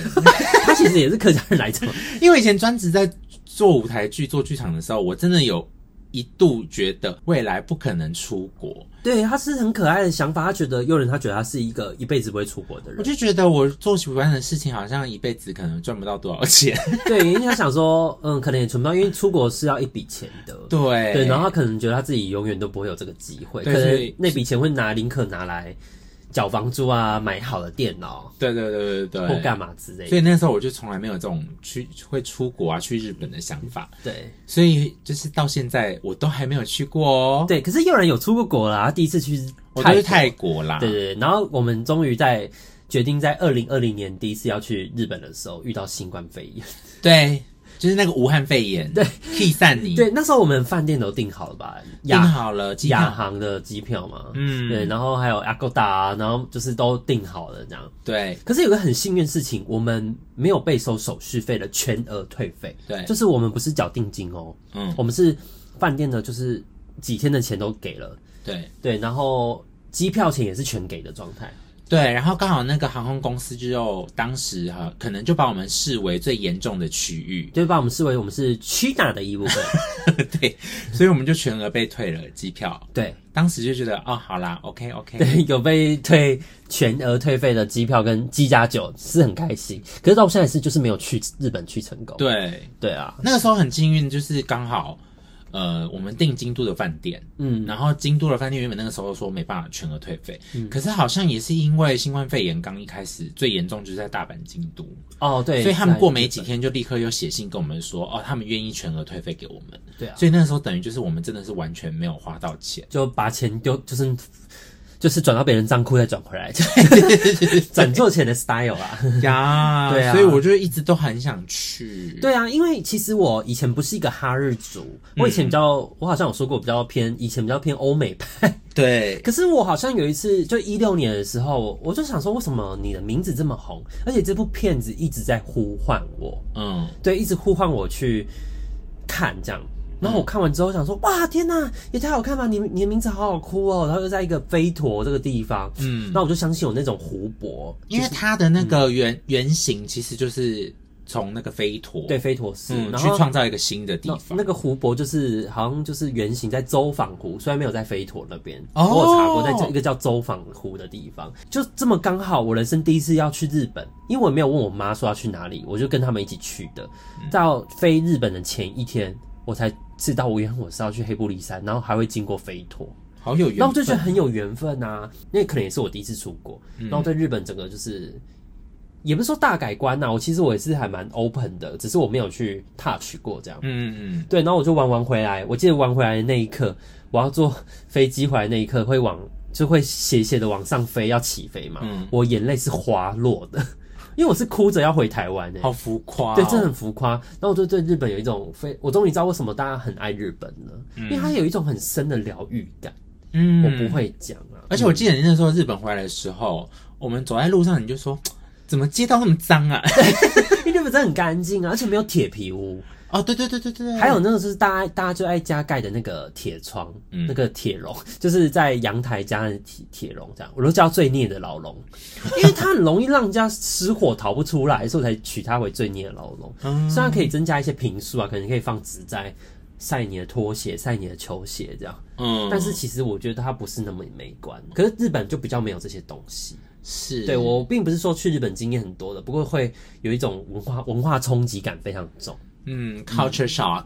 [SPEAKER 2] 他其实也是客家人来着嘛。
[SPEAKER 1] 因为以前专职在做舞台剧、做剧场的时候，我真的有一度觉得未来不可能出国，
[SPEAKER 2] 对，他是很可爱的想法。他觉得诱人，他觉得他是一个一辈子不会出国的
[SPEAKER 1] 我
[SPEAKER 2] 人。
[SPEAKER 1] 就觉得我做喜欢的事情，好像一辈子可能赚不到多少钱。
[SPEAKER 2] 对，因为他想说，嗯，可能也存不到，因为出国是要一笔钱的。
[SPEAKER 1] 对
[SPEAKER 2] 对，然后他可能觉得他自己永远都不会有这个机会，可
[SPEAKER 1] 对所
[SPEAKER 2] 能
[SPEAKER 1] 以
[SPEAKER 2] 那笔钱会拿林可拿来缴房租啊，买好的电脑
[SPEAKER 1] 对对对对
[SPEAKER 2] 或
[SPEAKER 1] 对对。
[SPEAKER 2] 干嘛之类
[SPEAKER 1] 所
[SPEAKER 2] 的。
[SPEAKER 1] 以那时候我就从来没有这种去会出国啊、去日本的想法，
[SPEAKER 2] 对
[SPEAKER 1] 所以就是到现在我都还没有去过哦。
[SPEAKER 2] 对，可是有人有出过国啦，他第一次去
[SPEAKER 1] 我都
[SPEAKER 2] 国
[SPEAKER 1] 去泰国啦。
[SPEAKER 2] 对对对，然后我们终于在决定在二零二零年第一次要去日本的时候遇到新冠肺炎。
[SPEAKER 1] 对就是那个武汉肺炎， 对，替散你，
[SPEAKER 2] 对，那时候我们饭店都订好了吧？
[SPEAKER 1] 订
[SPEAKER 2] 亚
[SPEAKER 1] 好了机
[SPEAKER 2] 亚
[SPEAKER 1] 票，
[SPEAKER 2] 航的机票嘛，
[SPEAKER 1] 嗯
[SPEAKER 2] 对，然后还有 Agoda，啊然后就是都订好了这样。
[SPEAKER 1] 对
[SPEAKER 2] 可是有个很幸运的事情，我们没有被收手续费的全额退费，
[SPEAKER 1] 对，
[SPEAKER 2] 就是我们不是缴定金哦，
[SPEAKER 1] 嗯
[SPEAKER 2] 我们是饭店的，就是几天的钱都给了，
[SPEAKER 1] 对
[SPEAKER 2] 对，然后机票钱也是全给的状态，
[SPEAKER 1] 对，然后刚好那个航空公司就当时哈，可能就把我们视为最严重的区域，
[SPEAKER 2] 就把我们视为我们是屈打的一部分，
[SPEAKER 1] 对，所以我们就全额被退了机票。
[SPEAKER 2] 对
[SPEAKER 1] 当时就觉得哦，好啦，OK OK，
[SPEAKER 2] 对，有被退全额退费的机票跟机加酒是很开心，可是到现在是就是没有去日本去成功，
[SPEAKER 1] 对，
[SPEAKER 2] 对啊，
[SPEAKER 1] 那个时候很幸运，就是刚好呃，我们订京都的饭店，
[SPEAKER 2] 嗯，
[SPEAKER 1] 然后京都的饭店原本那个时候说没办法全额退费，可是好像也是因为新冠肺炎刚一开始最严重就是在大阪、京都，
[SPEAKER 2] 哦对，
[SPEAKER 1] 所以他们过
[SPEAKER 2] 在
[SPEAKER 1] 没
[SPEAKER 2] 日
[SPEAKER 1] 几
[SPEAKER 2] 本，
[SPEAKER 1] 天就立刻又写信跟我们说，哦，他们愿意全额退费给我们。
[SPEAKER 2] 对啊，
[SPEAKER 1] 所以那个时候等于就是我们真的是完全没有花到 钱，
[SPEAKER 2] 就把钱丢，就是就是转到别人账户再转回来， 转做钱的 style 啊。
[SPEAKER 1] 呀
[SPEAKER 2] 对啊
[SPEAKER 1] 所以我就一直都很想去。
[SPEAKER 2] 对啊，因为其实我以前不是一个哈日族，我以前比较，我好像有说过比较偏，以前比较偏欧美派。
[SPEAKER 1] 对
[SPEAKER 2] 可是我好像有一次，就一六年的时候，我就想说，为什么你的名字这么红，而且这部片子一直在呼唤我，
[SPEAKER 1] 嗯，
[SPEAKER 2] 对，一直呼唤我去看这样。然后我看完之后想说，
[SPEAKER 1] 嗯
[SPEAKER 2] 哇，天呐，也太好看吧！你你的名字好好哭哦。然后又在一个飞陀这个地方，嗯，那我就相信有那种湖泊，
[SPEAKER 1] 因为它的那个
[SPEAKER 2] 嗯
[SPEAKER 1] 原、原型其实就是从那个飞陀
[SPEAKER 2] 对，，飞陀寺，
[SPEAKER 1] 嗯，
[SPEAKER 2] 然
[SPEAKER 1] 去
[SPEAKER 2] 后
[SPEAKER 1] 创造一个新的地
[SPEAKER 2] 那
[SPEAKER 1] 方。
[SPEAKER 2] 那个湖泊就是好像就是原型在周访湖，虽然没有在飞陀那边，
[SPEAKER 1] 哦
[SPEAKER 2] 我有查过，在这一个叫周访湖的地方，就这么刚好，我人生第一次要去日本，因为我没有问我妈说要去哪里，我就跟他们一起去的。
[SPEAKER 1] 嗯
[SPEAKER 2] 到飞日本的前一天，我才知道我原来我是要去黑布利山，然后还会经过飞陀，
[SPEAKER 1] 好有
[SPEAKER 2] 然后
[SPEAKER 1] 缘
[SPEAKER 2] 我就觉
[SPEAKER 1] 分
[SPEAKER 2] 得，很有缘分啊，因为可能也是我第一次出国，
[SPEAKER 1] 嗯
[SPEAKER 2] 然后对日本整个就是。也不是说大改观啊呐、我其实我也是还蛮 open 的，只是我没有去 touch 过这样。
[SPEAKER 1] 嗯嗯
[SPEAKER 2] 对，然后我就玩完回来，我记得玩回来的那一刻，我要坐飞机回来那一刻会往就会斜斜的往上飞，要起飞嘛，
[SPEAKER 1] 嗯
[SPEAKER 2] 我眼泪是滑落的，因为我是哭着要回台湾的、
[SPEAKER 1] 嗯，好浮夸、哦，
[SPEAKER 2] 对，这很浮夸。然后我就对日本有一种非，我终于知道为什么大家很爱日本了，因为它有一种很深的疗愈感。
[SPEAKER 1] 嗯，哎
[SPEAKER 2] 我不。会讲啊，
[SPEAKER 1] 而且我记得你那时候日本回来的时候，我们走在路上，你就说。怎么街道那么脏啊？
[SPEAKER 2] 因为日本真的很干净啊，而且没有铁皮屋，
[SPEAKER 1] 哦，对对对对对，
[SPEAKER 2] 还有那个就是大家大家就爱家盖的那个铁窗，那个铁笼， 就是在阳台加的铁铁笼这样，我都叫罪孽的牢笼， 因为它很容易让人家失火逃不出来，所以我才取它为罪孽的牢笼。虽然可以增加一些平数啊，可能可以放纸在晒你的拖鞋、晒你的球鞋这样，
[SPEAKER 1] 嗯，
[SPEAKER 2] 但是其实我觉得它不是那么美观。可是日本就比较没有这些东西。
[SPEAKER 1] 是
[SPEAKER 2] 对我并不是说去日本经验很多的，不过会有一种文化文化冲击感非常重。
[SPEAKER 1] 嗯，culture shock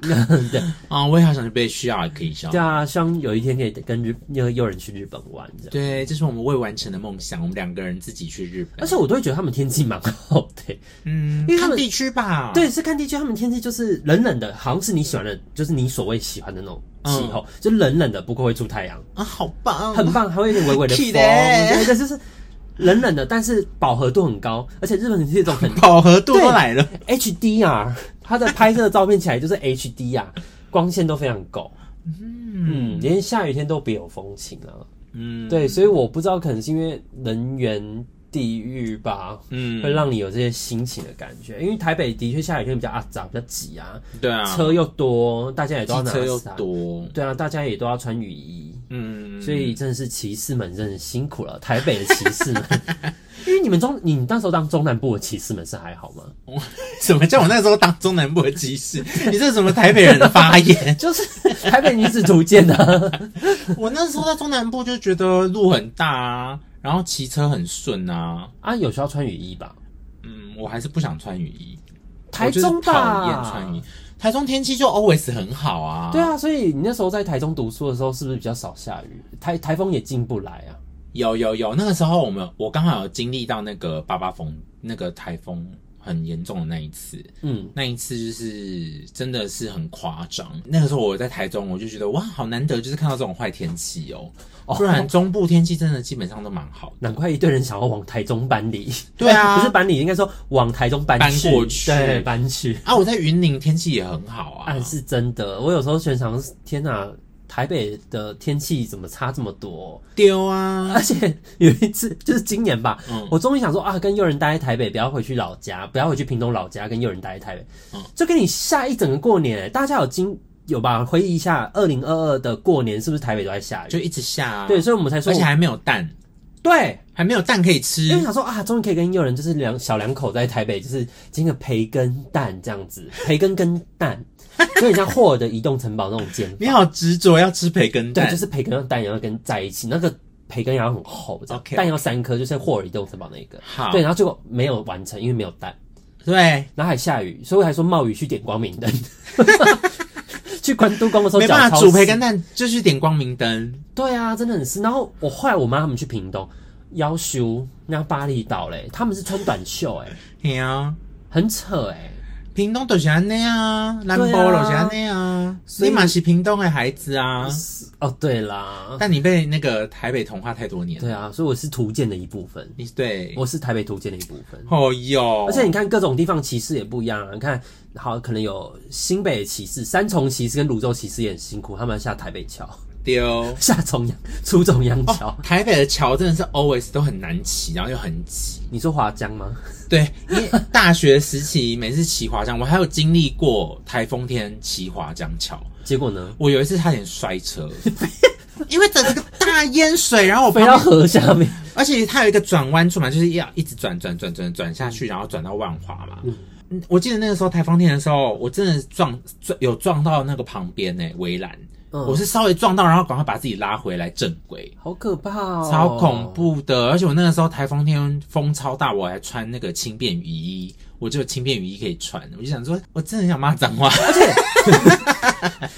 [SPEAKER 2] 对
[SPEAKER 1] 啊、我也好想去被 shock 一下。
[SPEAKER 2] 对啊，希望有一天可以跟日又又有人去日本玩这样。
[SPEAKER 1] 对，这是我们未完成的梦想，我们两个人自己去日本。
[SPEAKER 2] 而且我都会觉得他们天气蛮好的、
[SPEAKER 1] 嗯，
[SPEAKER 2] 因为他
[SPEAKER 1] 看
[SPEAKER 2] 们
[SPEAKER 1] 地区吧，，
[SPEAKER 2] 对，是看地区，他们天气就是冷冷的，好像是你喜欢的，就是你所谓喜欢的那种气候，就冷冷的，不过会出太阳，
[SPEAKER 1] 啊，好棒，
[SPEAKER 2] 很棒，还会有点微 微的风，
[SPEAKER 1] 屁嘞
[SPEAKER 2] 对对，就是冷冷的，但是饱和度很高，而且日本人是一种 很
[SPEAKER 1] 饱和度都来了。
[SPEAKER 2] HDR，它的拍摄的照片起来就是 HDR，光线都非常够。嗯，连下雨天都别有风情啊。
[SPEAKER 1] 嗯，
[SPEAKER 2] 对，所以我不知道，可能是因为人员地域吧，
[SPEAKER 1] 嗯
[SPEAKER 2] 会，让你有这些心情的感觉。因为台北的确下雨天比较阿杂，比较挤啊，
[SPEAKER 1] 对啊，
[SPEAKER 2] 车又多，大家也都要
[SPEAKER 1] 机
[SPEAKER 2] 拿
[SPEAKER 1] 车又
[SPEAKER 2] 伞，
[SPEAKER 1] 多，
[SPEAKER 2] 对啊，大家也都要穿雨衣。
[SPEAKER 1] 嗯，
[SPEAKER 2] 所以真的是骑士们真的辛苦了，台北的骑士们， 因为你们中你当时候当中南部的骑士们是还好吗？
[SPEAKER 1] 什么叫我那时候当中南部的骑 士？你这是什么台北人的发言？
[SPEAKER 2] 就是台北女子图鉴啊，
[SPEAKER 1] 我那时候在中南部就觉得路很大啊，然后骑车很顺啊。
[SPEAKER 2] 啊，有需要穿雨衣吧？
[SPEAKER 1] 嗯，我还是不想穿雨衣，
[SPEAKER 2] 台中
[SPEAKER 1] 我就是讨厌
[SPEAKER 2] 吧，
[SPEAKER 1] 穿雨衣。台中天气就 always 很好啊，
[SPEAKER 2] 对，啊，所以你那时候在台中读书的时候，是不是比较少下雨？台台风也进不来啊。
[SPEAKER 1] 有有有，那个时候我们我刚好有经历到那个八八风那个台风很严重的那一次，
[SPEAKER 2] 嗯，
[SPEAKER 1] 那一次就是真的是很夸张。那个时候我在台中，我就觉得哇，好难得，就是看到这种坏天气哦。不然中部天气真的基本上都蛮好的。
[SPEAKER 2] 难怪一堆人想要往台中搬离。
[SPEAKER 1] 对啊
[SPEAKER 2] 不是搬离，应该说往台中搬
[SPEAKER 1] 搬
[SPEAKER 2] 去
[SPEAKER 1] 过去
[SPEAKER 2] 对，搬去。
[SPEAKER 1] 啊，我在云林天气也很好啊
[SPEAKER 2] 啊，。是真的。我有时候全常天哪、台北的天气怎么差这么多？
[SPEAKER 1] 丢啊，
[SPEAKER 2] 而且有一次就是今年吧，
[SPEAKER 1] 嗯
[SPEAKER 2] 我终于想说啊，跟友人待在台北，不要回去老家，不要回去屏东老家，跟友人待在台北，
[SPEAKER 1] 嗯
[SPEAKER 2] 就跟你下一整个过年，大家有经有吧？回忆一下，二零二二的过年是不是台北都在下
[SPEAKER 1] 就
[SPEAKER 2] 雨？
[SPEAKER 1] 一直下、啊。
[SPEAKER 2] 对，所以我们才说
[SPEAKER 1] 而且还嗯没有蛋，
[SPEAKER 2] 对，
[SPEAKER 1] 还没有蛋可以
[SPEAKER 2] 因为
[SPEAKER 1] 吃。
[SPEAKER 2] 想说啊，终于可以跟友人就是两小两口在台北，就是煎个培根蛋这样子， 培根跟蛋，有点像霍尔的移动城堡那种 煎
[SPEAKER 1] 你好执着要吃培根
[SPEAKER 2] 对，
[SPEAKER 1] 蛋，
[SPEAKER 2] 就是培根跟蛋也要跟在一起，那个培根也要很厚，这样
[SPEAKER 1] OK，OK
[SPEAKER 2] 蛋要三颗，就是霍尔移动城堡那一个。
[SPEAKER 1] 好
[SPEAKER 2] 对，然后结果没有完成，因为没有蛋，
[SPEAKER 1] 对，
[SPEAKER 2] 然后还下雨，所以我还说冒雨去点光明 灯。 去关渡宫的时候，
[SPEAKER 1] 没办法
[SPEAKER 2] 脚超
[SPEAKER 1] 煮培
[SPEAKER 2] 湿
[SPEAKER 1] 根。蛋，就去点光明灯。
[SPEAKER 2] 对啊，真的很湿。然后我后来我妈他们去屏东，要修那巴厘岛嘞，他们是穿短袖哎、
[SPEAKER 1] 对啊，
[SPEAKER 2] 很扯哎、
[SPEAKER 1] 屏东就是安那啊，兰
[SPEAKER 2] 对啊
[SPEAKER 1] 波就是安那啊，
[SPEAKER 2] 所以
[SPEAKER 1] 你嘛是屏东的孩子啊。
[SPEAKER 2] 哦，对啦，
[SPEAKER 1] 但你被那个台北同化太多年了，
[SPEAKER 2] 对啊，所以我是图鉴的一部分，
[SPEAKER 1] 你对，
[SPEAKER 2] 我是台北图鉴的一部分。
[SPEAKER 1] 哦哟，
[SPEAKER 2] 而且你看各种地方歧视也不一样啊，你看好可能有新北的歧视、三重歧视跟泸州歧视也很辛苦，他们要下台北桥、
[SPEAKER 1] 丢。
[SPEAKER 2] 下重阳、出重阳桥。
[SPEAKER 1] 哦，台北的桥真的是 always 都很难骑，然后又很挤。
[SPEAKER 2] 你说华江吗？
[SPEAKER 1] 对，因为大学时期每次骑华江，我还有经历过台风天骑华江桥，
[SPEAKER 2] 结果呢？
[SPEAKER 1] 我有一次差点摔车， 因为整个大淹水，然后我
[SPEAKER 2] 飞
[SPEAKER 1] 旁
[SPEAKER 2] 到
[SPEAKER 1] 边，
[SPEAKER 2] 河下面，
[SPEAKER 1] 而且它有一个转弯处嘛，就是要一直转转转转转下去，然后转到万华嘛。嗯我记得那个时候台风天的时候，我真的撞撞有撞到那个旁边呢、围栏，
[SPEAKER 2] 嗯
[SPEAKER 1] 我是稍微撞到，然后赶快把自己拉回来正轨。
[SPEAKER 2] 好可怕哦，
[SPEAKER 1] 超恐。怖的，而且我那个时候台风天风超大，我还穿那个轻便雨衣，我只有轻便雨衣可以穿。我就想说，我真的很想骂脏 话。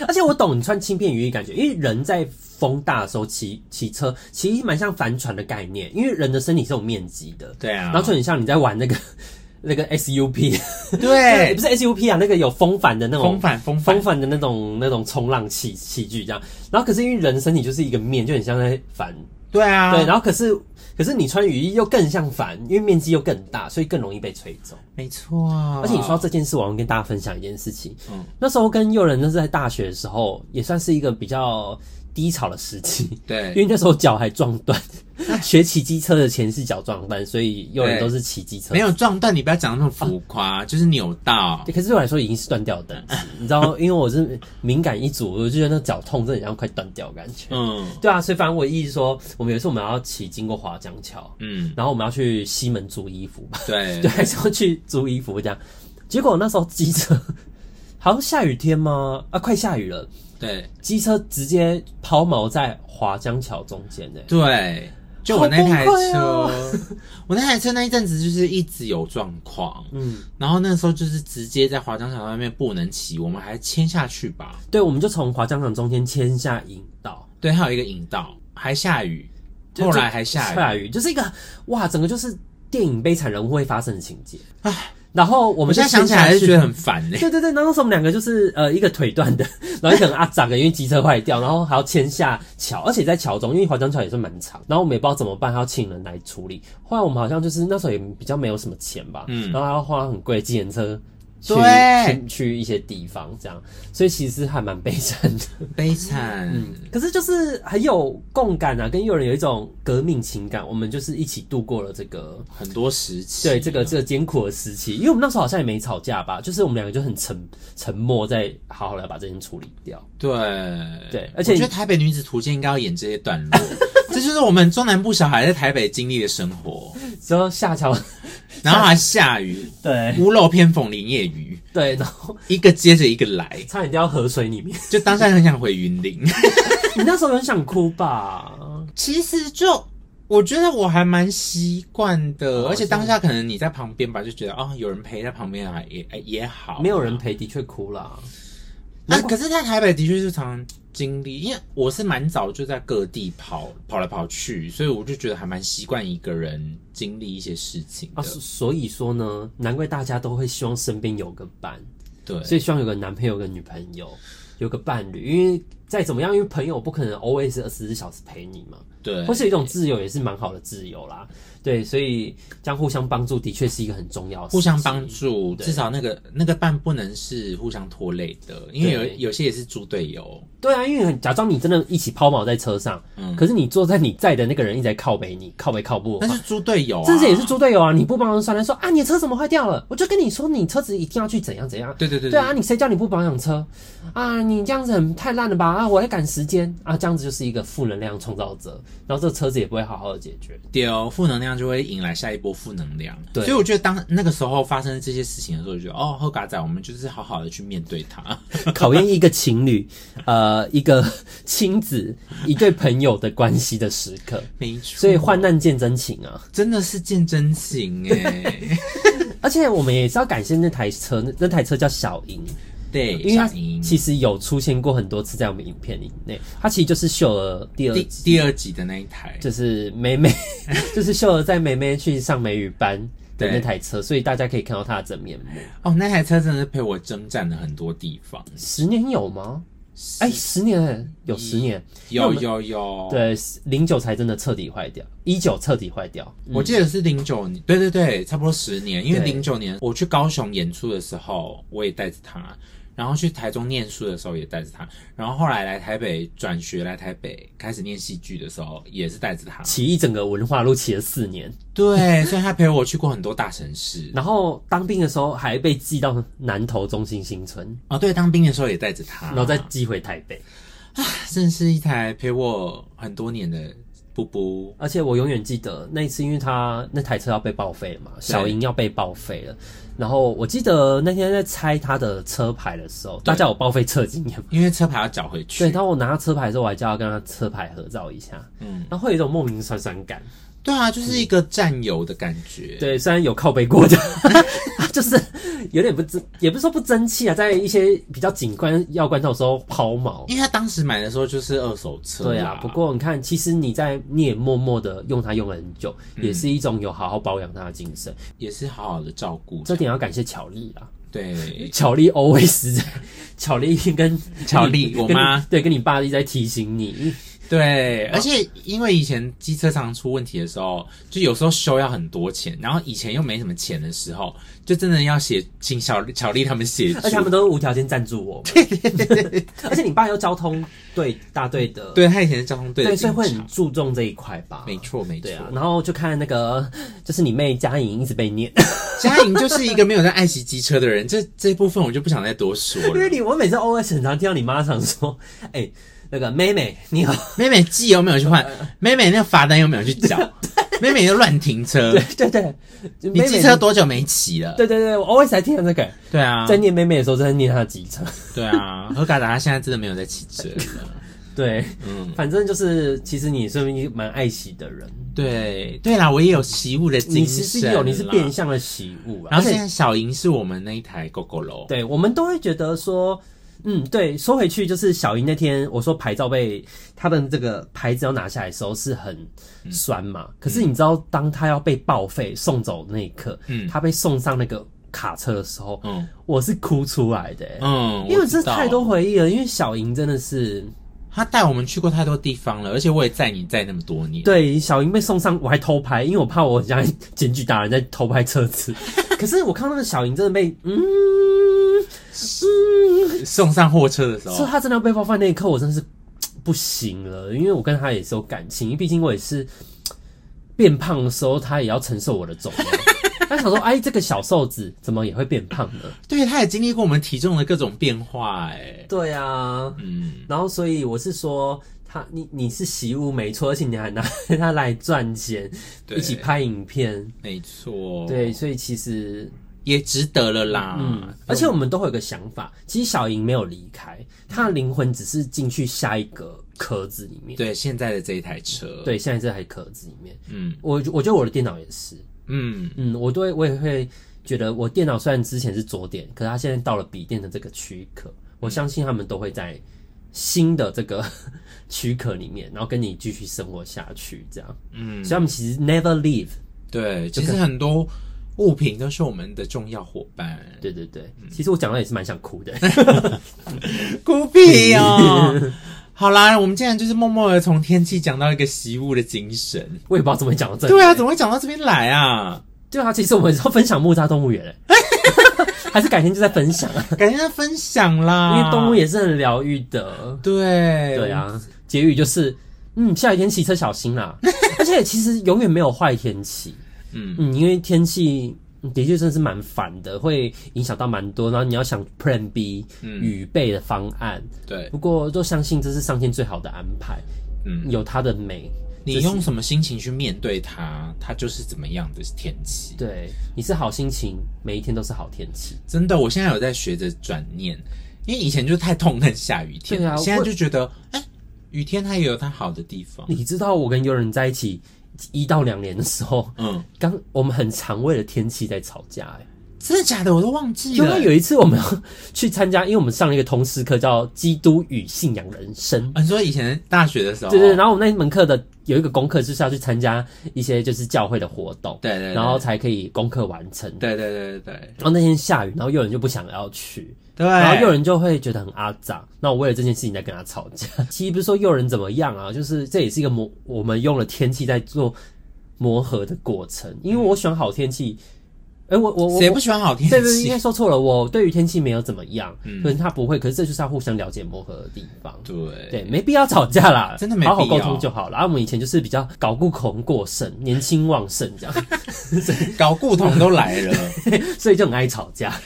[SPEAKER 2] 而且我懂你穿轻便雨衣感觉，因为人在风大的时候骑骑车，其实蛮像帆船的概念，因为人的身体是有面积的，
[SPEAKER 1] 对啊，
[SPEAKER 2] 然后就很像你在玩那个 那个 SUP，
[SPEAKER 1] 对
[SPEAKER 2] 不是 SUP 啊，那个有风帆的那种
[SPEAKER 1] 哎 风帆风帆
[SPEAKER 2] 风，帆的那种那种冲浪器器具这样。然后可是因为人身体就是一个面，就很像在帆，
[SPEAKER 1] 对啊，
[SPEAKER 2] 对。然后可是可是你穿雨衣又更像帆，因为面积又更大，所以更容易被吹走。
[SPEAKER 1] 没错。
[SPEAKER 2] 而且你说到这件事，我要跟大家分享一件事情。
[SPEAKER 1] 哦嗯
[SPEAKER 2] 那时候跟友人那是在大学的时候，也算是一个比较低潮的时期。因
[SPEAKER 1] 对，
[SPEAKER 2] 为那时候脚还撞断， 学骑机车的前是脚撞断，所以友人
[SPEAKER 1] 对
[SPEAKER 2] 都是骑机车
[SPEAKER 1] 没有撞断，你不要讲那么浮夸，就是扭到
[SPEAKER 2] 对，可是对我来说已经是断掉的等级，你知道，因为我是敏感一族，我就觉得那脚痛，真的像快断掉的感觉。
[SPEAKER 1] 嗯
[SPEAKER 2] 对啊，所以反正我意思说，我们有一次我们要骑经过华江桥，
[SPEAKER 1] 嗯，
[SPEAKER 2] 然后我们要去西门租衣服吧，
[SPEAKER 1] 对
[SPEAKER 2] 对，还是要去租衣服这样。结果那时候机车好像下雨天吗？啊，快下雨了，
[SPEAKER 1] 对
[SPEAKER 2] 机车直接抛锚在华江桥中间呢、欸
[SPEAKER 1] 对，就我那台
[SPEAKER 2] 好崩
[SPEAKER 1] 车，
[SPEAKER 2] 溃哦
[SPEAKER 1] 我那台车那一阵子就是一直有状况，
[SPEAKER 2] 嗯，
[SPEAKER 1] 然后那时候就是直接在华江桥那边不能骑，我们还牵下去吧。
[SPEAKER 2] 对，我们就从华江场中间牵下引导，
[SPEAKER 1] 对，还有一个引道，还下雨，
[SPEAKER 2] 就
[SPEAKER 1] 后来还下雨。
[SPEAKER 2] 下雨，就是一个哇，整个就是电影悲惨人物会发生的情节。然后我
[SPEAKER 1] 我
[SPEAKER 2] 们
[SPEAKER 1] 现在想起来还是觉得很烦呢、
[SPEAKER 2] 对对对，然后那时候我们两个就是呃，一个腿断的，然后一个很阿长的，因为机车坏掉，然后还要牵下桥，而且在桥中，因为华江桥也是蛮长，然后我们也不知道怎么办，还要请人来处理。后来我们好像就是那时候也比较没有什么钱吧，
[SPEAKER 1] 嗯
[SPEAKER 2] 然后还要花很贵的计程车去
[SPEAKER 1] 对
[SPEAKER 2] 去去一些地方这样，所以其实还蛮悲惨的。
[SPEAKER 1] 悲惨。
[SPEAKER 2] 可是就是很有共感啊，跟有人有一种革命情感，我们就是一起度过了这个
[SPEAKER 1] 很多时期，
[SPEAKER 2] 对这个这个艰苦的时期，因为我们那时候好像也没吵架吧，就是我们两个就很沉沉默，在好好的把这件处理掉。
[SPEAKER 1] 对
[SPEAKER 2] 对而且
[SPEAKER 1] 我觉得台北女子图鉴应该要演这些段落， 这就是我们中南部小孩在台北经历的生 活，
[SPEAKER 2] 之后下桥，
[SPEAKER 1] 然后还下雨，
[SPEAKER 2] 对
[SPEAKER 1] 屋漏偏逢连夜雨，
[SPEAKER 2] 对，然后
[SPEAKER 1] 一个接着一个来，
[SPEAKER 2] 差点掉河水里 面。
[SPEAKER 1] 就当下很想回云林。
[SPEAKER 2] 你那时候很想哭吧？
[SPEAKER 1] 其实就我觉得我还蛮习惯的，
[SPEAKER 2] 哦
[SPEAKER 1] 而且当下可能你在旁边吧，就觉得哦，有人陪在旁边啊，也也好，
[SPEAKER 2] 没有人。陪，的确哭啦。
[SPEAKER 1] 那、
[SPEAKER 2] 啊
[SPEAKER 1] 可是，在台北的确是常常经历，因为我是蛮早就在各地跑跑来跑去，所以我就觉得还蛮习惯一个人经历一些事情的。
[SPEAKER 2] 啊，所所以说呢，难怪大家都会希望身边有个伴，
[SPEAKER 1] 对，
[SPEAKER 2] 所以希望有个男朋友、有个女朋友、有个伴侣，因为再怎么样，因为朋友不可能 always 二十四小时陪你嘛。
[SPEAKER 1] 对
[SPEAKER 2] 或，是有一种自由也是蛮好的自由啦。对，所以这样互相帮助的确是一个很重要的事情，
[SPEAKER 1] 互相帮助，
[SPEAKER 2] 对
[SPEAKER 1] 至少那个那个伴不能是互相拖累的，因为有
[SPEAKER 2] 对
[SPEAKER 1] 有些也是猪队友。
[SPEAKER 2] 对啊，因为很假装你真的一起抛锚在车上，
[SPEAKER 1] 嗯
[SPEAKER 2] 可是你坐在你在的那个人一直在靠北你，靠北靠不
[SPEAKER 1] 但。是猪队友、啊，
[SPEAKER 2] 甚至也是猪队友啊！你不帮忙算了，说啊，你的车怎么坏掉了？我就跟你说，你车子一定要去怎样怎样。
[SPEAKER 1] 对对对
[SPEAKER 2] 对啊，，你谁叫你不保养车啊？你这样子很太烂了吧？啊，我在赶时间啊，这样子就是一个负能量创造者，然后这个车子也不会好好的解决。
[SPEAKER 1] 对哦，负能量就会引来下一波负能量。
[SPEAKER 2] 对
[SPEAKER 1] 所以我觉得当那个时候发生这些事情的时候，我就觉得哦，后嘎仔，我们就是好好的去面对它。
[SPEAKER 2] 考验一个情侣，呃，一个亲子，一对朋友的关系的时 刻。
[SPEAKER 1] 没错，
[SPEAKER 2] 所以患难见真情啊！
[SPEAKER 1] 真的是见真情哎。
[SPEAKER 2] 而且我们也是要感谢那台车，那那台车叫小莹，
[SPEAKER 1] 对，
[SPEAKER 2] 因为它
[SPEAKER 1] 小莹
[SPEAKER 2] 其实有出现过很多次在我们影片里内。它其实就是秀儿第二
[SPEAKER 1] 第
[SPEAKER 2] 集，
[SPEAKER 1] 第二集的那一台，
[SPEAKER 2] 就是梅 梅，就是秀儿在梅梅去上美语班的
[SPEAKER 1] 对
[SPEAKER 2] 那台车，所以大家可以看到她的真面目。
[SPEAKER 1] 哦，那台车真的是陪我征战了很多地方。
[SPEAKER 2] 十年有吗？哎、十年有十年，因为我
[SPEAKER 1] 有
[SPEAKER 2] 们
[SPEAKER 1] 有有，，
[SPEAKER 2] 对，嗯零九才真的彻底坏掉，一九彻底坏掉。
[SPEAKER 1] 我记得是零九年，对对对，差不多十年。因为
[SPEAKER 2] 对
[SPEAKER 1] 零九年我去高雄演出的时候，我也带着它，然后去台中念书的时候也带着它，然后后来来台北转学来台北开始念戏剧的时候也是带着 它。
[SPEAKER 2] 起义整个文化路起了四年，
[SPEAKER 1] 对，所以它陪我去过很多大城市。
[SPEAKER 2] 然后当兵的时候还被寄到南投中心新村，
[SPEAKER 1] 哦，对，当兵的时候也带着它，
[SPEAKER 2] 然后再寄回台北。
[SPEAKER 1] 真是一台陪我很多年的布布。
[SPEAKER 2] 而且我永远记得那一次，因为他那台车要被报废了嘛，小莹要被报废了。然后我记得那天在拆他的车牌的时候，大家有报废车经验吗？
[SPEAKER 1] 因为车牌要缴回去，
[SPEAKER 2] 对，当我拿到车牌的时候，我还叫他跟他车牌合照一下，
[SPEAKER 1] 嗯
[SPEAKER 2] 嗯，然后会有一种莫名的酸酸感。
[SPEAKER 1] 对啊，就是一个战友的感觉。
[SPEAKER 2] 对，虽然有靠背过的， 就是有点不争，也不是说不争气啊，在一些比较紧关要关头的时候抛锚。
[SPEAKER 1] 因为他当时买的时候就是二手车啦，
[SPEAKER 2] 对啊，不过你看，其实你在你也默默的用它用了很久，
[SPEAKER 1] 嗯
[SPEAKER 2] 也是一种有好好保养它的精神。
[SPEAKER 1] 也是好好的照顾。
[SPEAKER 2] 这点要感谢巧丽啊，
[SPEAKER 1] 对，
[SPEAKER 2] 巧丽 always 在，巧丽跟
[SPEAKER 1] 巧丽
[SPEAKER 2] 跟你
[SPEAKER 1] 我妈
[SPEAKER 2] 对，跟你爸一直在提醒你，
[SPEAKER 1] 对，而且因为以前机车常出问题的时候，就有时候修要很多钱，然后以前又没什么钱的时候，就真的要写请小巧丽他们协
[SPEAKER 2] 而且他
[SPEAKER 1] 助。
[SPEAKER 2] 们都无条件赞 助我。对对对，而且你爸又交通队大队的，
[SPEAKER 1] 对他以前是交通队的
[SPEAKER 2] 所以
[SPEAKER 1] 警
[SPEAKER 2] 会
[SPEAKER 1] 察
[SPEAKER 2] 很，注重这一块吧？
[SPEAKER 1] 没错没错
[SPEAKER 2] 对。啊，然后就看那个，就是你妹佳颖一直被念，
[SPEAKER 1] 嘉颖就是一个没有在爱惜机车的人，这这部分我就不想再多说
[SPEAKER 2] 因为
[SPEAKER 1] 了。
[SPEAKER 2] 你我每次 OS 很常听到你妈常说， 哎、那个妹妹你好，
[SPEAKER 1] 妹妹寄有没有去
[SPEAKER 2] 呃
[SPEAKER 1] 换？妹妹那个罚单有没有去 缴？妹妹又乱停车
[SPEAKER 2] 对， 对对，
[SPEAKER 1] 你
[SPEAKER 2] 妹妹
[SPEAKER 1] 机车，多久没骑了？
[SPEAKER 2] 对对对，我 always 还听到这个，
[SPEAKER 1] 对啊，
[SPEAKER 2] 在念妹妹的时候，在念她的机车。
[SPEAKER 1] 对啊，何卡达他现在真的没有在骑车了。
[SPEAKER 2] 对，
[SPEAKER 1] 嗯，
[SPEAKER 2] 反正就是其实你说明蛮爱惜的人，
[SPEAKER 1] 对对啦，我也有习物的
[SPEAKER 2] 你
[SPEAKER 1] 精
[SPEAKER 2] 其
[SPEAKER 1] 神，
[SPEAKER 2] 实有你是变。相的喜恶啊，
[SPEAKER 1] 然后
[SPEAKER 2] 而
[SPEAKER 1] 现
[SPEAKER 2] 且
[SPEAKER 1] 在小莹是我们那一台狗狗楼，
[SPEAKER 2] 对我们都会觉得说。嗯，对，说回去就是小莹那天我说牌照被他们这个牌子要拿下来的时候是很
[SPEAKER 1] 嗯
[SPEAKER 2] 酸嘛，可是你知道当他要被报废送走那一刻，
[SPEAKER 1] 嗯
[SPEAKER 2] 他被送上那个卡车的时候，
[SPEAKER 1] 嗯
[SPEAKER 2] 我是哭出来的、欸
[SPEAKER 1] 嗯，
[SPEAKER 2] 因为
[SPEAKER 1] 我
[SPEAKER 2] 这
[SPEAKER 1] 知道
[SPEAKER 2] 太多回忆了，因为小莹真的是
[SPEAKER 1] 他带我们去过太多地方了，而且我也载你载那么多年，
[SPEAKER 2] 对，小莹被送上，我还偷拍，因为我怕我很像检举达人在偷拍车 子。可是我看到那个小莹真的被，嗯，
[SPEAKER 1] 送上货车的时
[SPEAKER 2] 说
[SPEAKER 1] 候，
[SPEAKER 2] 她真的要被冒犯那一刻，我真的是不行了，因为我跟她也是有感情，因为毕竟我也是变胖的时候，她也要承受我的 重量。她想说，哎，这个小瘦子怎么也会变胖呢？
[SPEAKER 1] 对，他也经历过我们体重的各种变化，哎，
[SPEAKER 2] 对啊，
[SPEAKER 1] 嗯，
[SPEAKER 2] 然后所以我是说。他你你是习物没错，而且你还拿 他来赚钱，
[SPEAKER 1] 对哦
[SPEAKER 2] 一起拍影片，
[SPEAKER 1] 没错，
[SPEAKER 2] 对，，所以其实
[SPEAKER 1] 也值得了啦，
[SPEAKER 2] 嗯，而且我们都会有个想法，其实小莹没有离开，她的灵魂只是进去下一个壳子里面。
[SPEAKER 1] 对现在的这一台车，，
[SPEAKER 2] 对，现在这台壳子里面，
[SPEAKER 1] 嗯
[SPEAKER 2] 我我觉得我的电脑也是，
[SPEAKER 1] 嗯，
[SPEAKER 2] 嗯，我都会我也会觉得我电脑虽然之前是左点，可是它现在到了笔电的这个躯壳，我相信他们都会在新的这个 躯壳里面，然后跟你继续生活下去，这样，嗯，所以他们其实 never leave，
[SPEAKER 1] 对，其实很多物品都是我们的重要伙伴，
[SPEAKER 2] 对对对，其实我讲到也是蛮想哭的，
[SPEAKER 1] 孤僻
[SPEAKER 2] 啊
[SPEAKER 1] 哦。 好啦，我们竟然就是默默的从天气讲到一个习物的精神。
[SPEAKER 2] 我也不知道怎么讲到这里。
[SPEAKER 1] 对啊，怎么会讲到这边来 啊？
[SPEAKER 2] 对啊，其实我们要分享木栅动物 园，欸还是改天就在分享，啊，
[SPEAKER 1] 感谢他分享啦，
[SPEAKER 2] 因为动物也是很疗愈的。
[SPEAKER 1] 啊对
[SPEAKER 2] 对，啊，结语就是，嗯，下雨天骑车小心 啦。而且其实永远没有坏天气，
[SPEAKER 1] 嗯
[SPEAKER 2] 嗯，因为天气嗯的确真的是蛮烦的，会影响到蛮多。然后你要想 Plan B
[SPEAKER 1] 嗯
[SPEAKER 2] 预备的方案，
[SPEAKER 1] 对，
[SPEAKER 2] 不过都相信这是上天最好的安排，
[SPEAKER 1] 嗯，
[SPEAKER 2] 有它的美。
[SPEAKER 1] 你用什么心情去面对它，它就是怎么样的天气。
[SPEAKER 2] 对，你是好心情，每一天都是好天气。
[SPEAKER 1] 真的，我现在有在学着转念，因为以前就太痛恨下雨天，
[SPEAKER 2] 对啊
[SPEAKER 1] 现在
[SPEAKER 2] 我
[SPEAKER 1] 就觉得，哎、雨天它也有它好的地方。
[SPEAKER 2] 哦你知道我跟友人在一起一到两年的时候，
[SPEAKER 1] 嗯，
[SPEAKER 2] 刚我们很常为了天气在吵架、欸，
[SPEAKER 1] 真的假的？我都忘记
[SPEAKER 2] 因
[SPEAKER 1] 了。
[SPEAKER 2] 为有一次我们去参加，因为我们上了一个通识课叫《基督与信仰人生》，
[SPEAKER 1] 啊你说以前大学的时候，
[SPEAKER 2] 对对，然后我们那一门课的有一个功课就是要去参加一些就是教会的活动，
[SPEAKER 1] 对对对
[SPEAKER 2] 然后才可以功课完成。
[SPEAKER 1] 对对对对对
[SPEAKER 2] 然后那天下雨，然后有人就不想要去，
[SPEAKER 1] 对，
[SPEAKER 2] 然
[SPEAKER 1] 然
[SPEAKER 2] 后有人就会觉得很阿杂。那我为了这件事情在跟他吵架， 其实不是说诱人怎么样啊，就是这也是一个磨，我们用了天气在做磨合的过程。因为我喜欢好天气，哎、我我我
[SPEAKER 1] 谁不喜欢好天
[SPEAKER 2] 对对，应
[SPEAKER 1] 气？
[SPEAKER 2] 该说错了。我对于天气没有怎么样，
[SPEAKER 1] 嗯
[SPEAKER 2] 可能他不会，可是这就是要互相了解磨合的地方。
[SPEAKER 1] 对
[SPEAKER 2] 对，没必要吵架啦，
[SPEAKER 1] 真的没
[SPEAKER 2] 好好
[SPEAKER 1] 必要
[SPEAKER 2] 沟通就好了。啊，我们以前就是比较搞固恐过剩，年轻旺盛这样，
[SPEAKER 1] 搞固同都来了，
[SPEAKER 2] 所以就很爱吵架。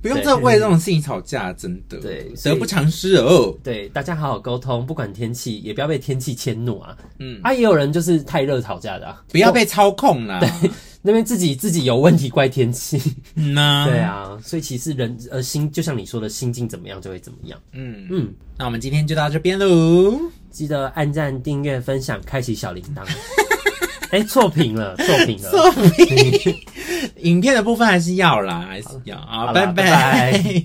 [SPEAKER 1] 不用再为这种事情吵架，真的，
[SPEAKER 2] 对所以
[SPEAKER 1] 得不偿失哦。
[SPEAKER 2] 对，大家好好沟通，不管天气，也不要被天气迁怒啊。
[SPEAKER 1] 嗯
[SPEAKER 2] 嗯，啊，也有人就是太热吵架的、啊，
[SPEAKER 1] 不要被操控啦，
[SPEAKER 2] 那边自己自己有问题怪天气。
[SPEAKER 1] 嗯呐，
[SPEAKER 2] 对，啊，所以其实人呃心，就像你说的，心境怎么样就会怎么样。
[SPEAKER 1] 嗯，
[SPEAKER 2] 嗯，
[SPEAKER 1] 那我们今天就到这边喽。
[SPEAKER 2] 记得按赞、订阅、分享、开启小铃铛。 哎、错评了，错评了。
[SPEAKER 1] 影片的部分还是要啦，还是要啊，
[SPEAKER 2] 好啦
[SPEAKER 1] 拜
[SPEAKER 2] 拜拜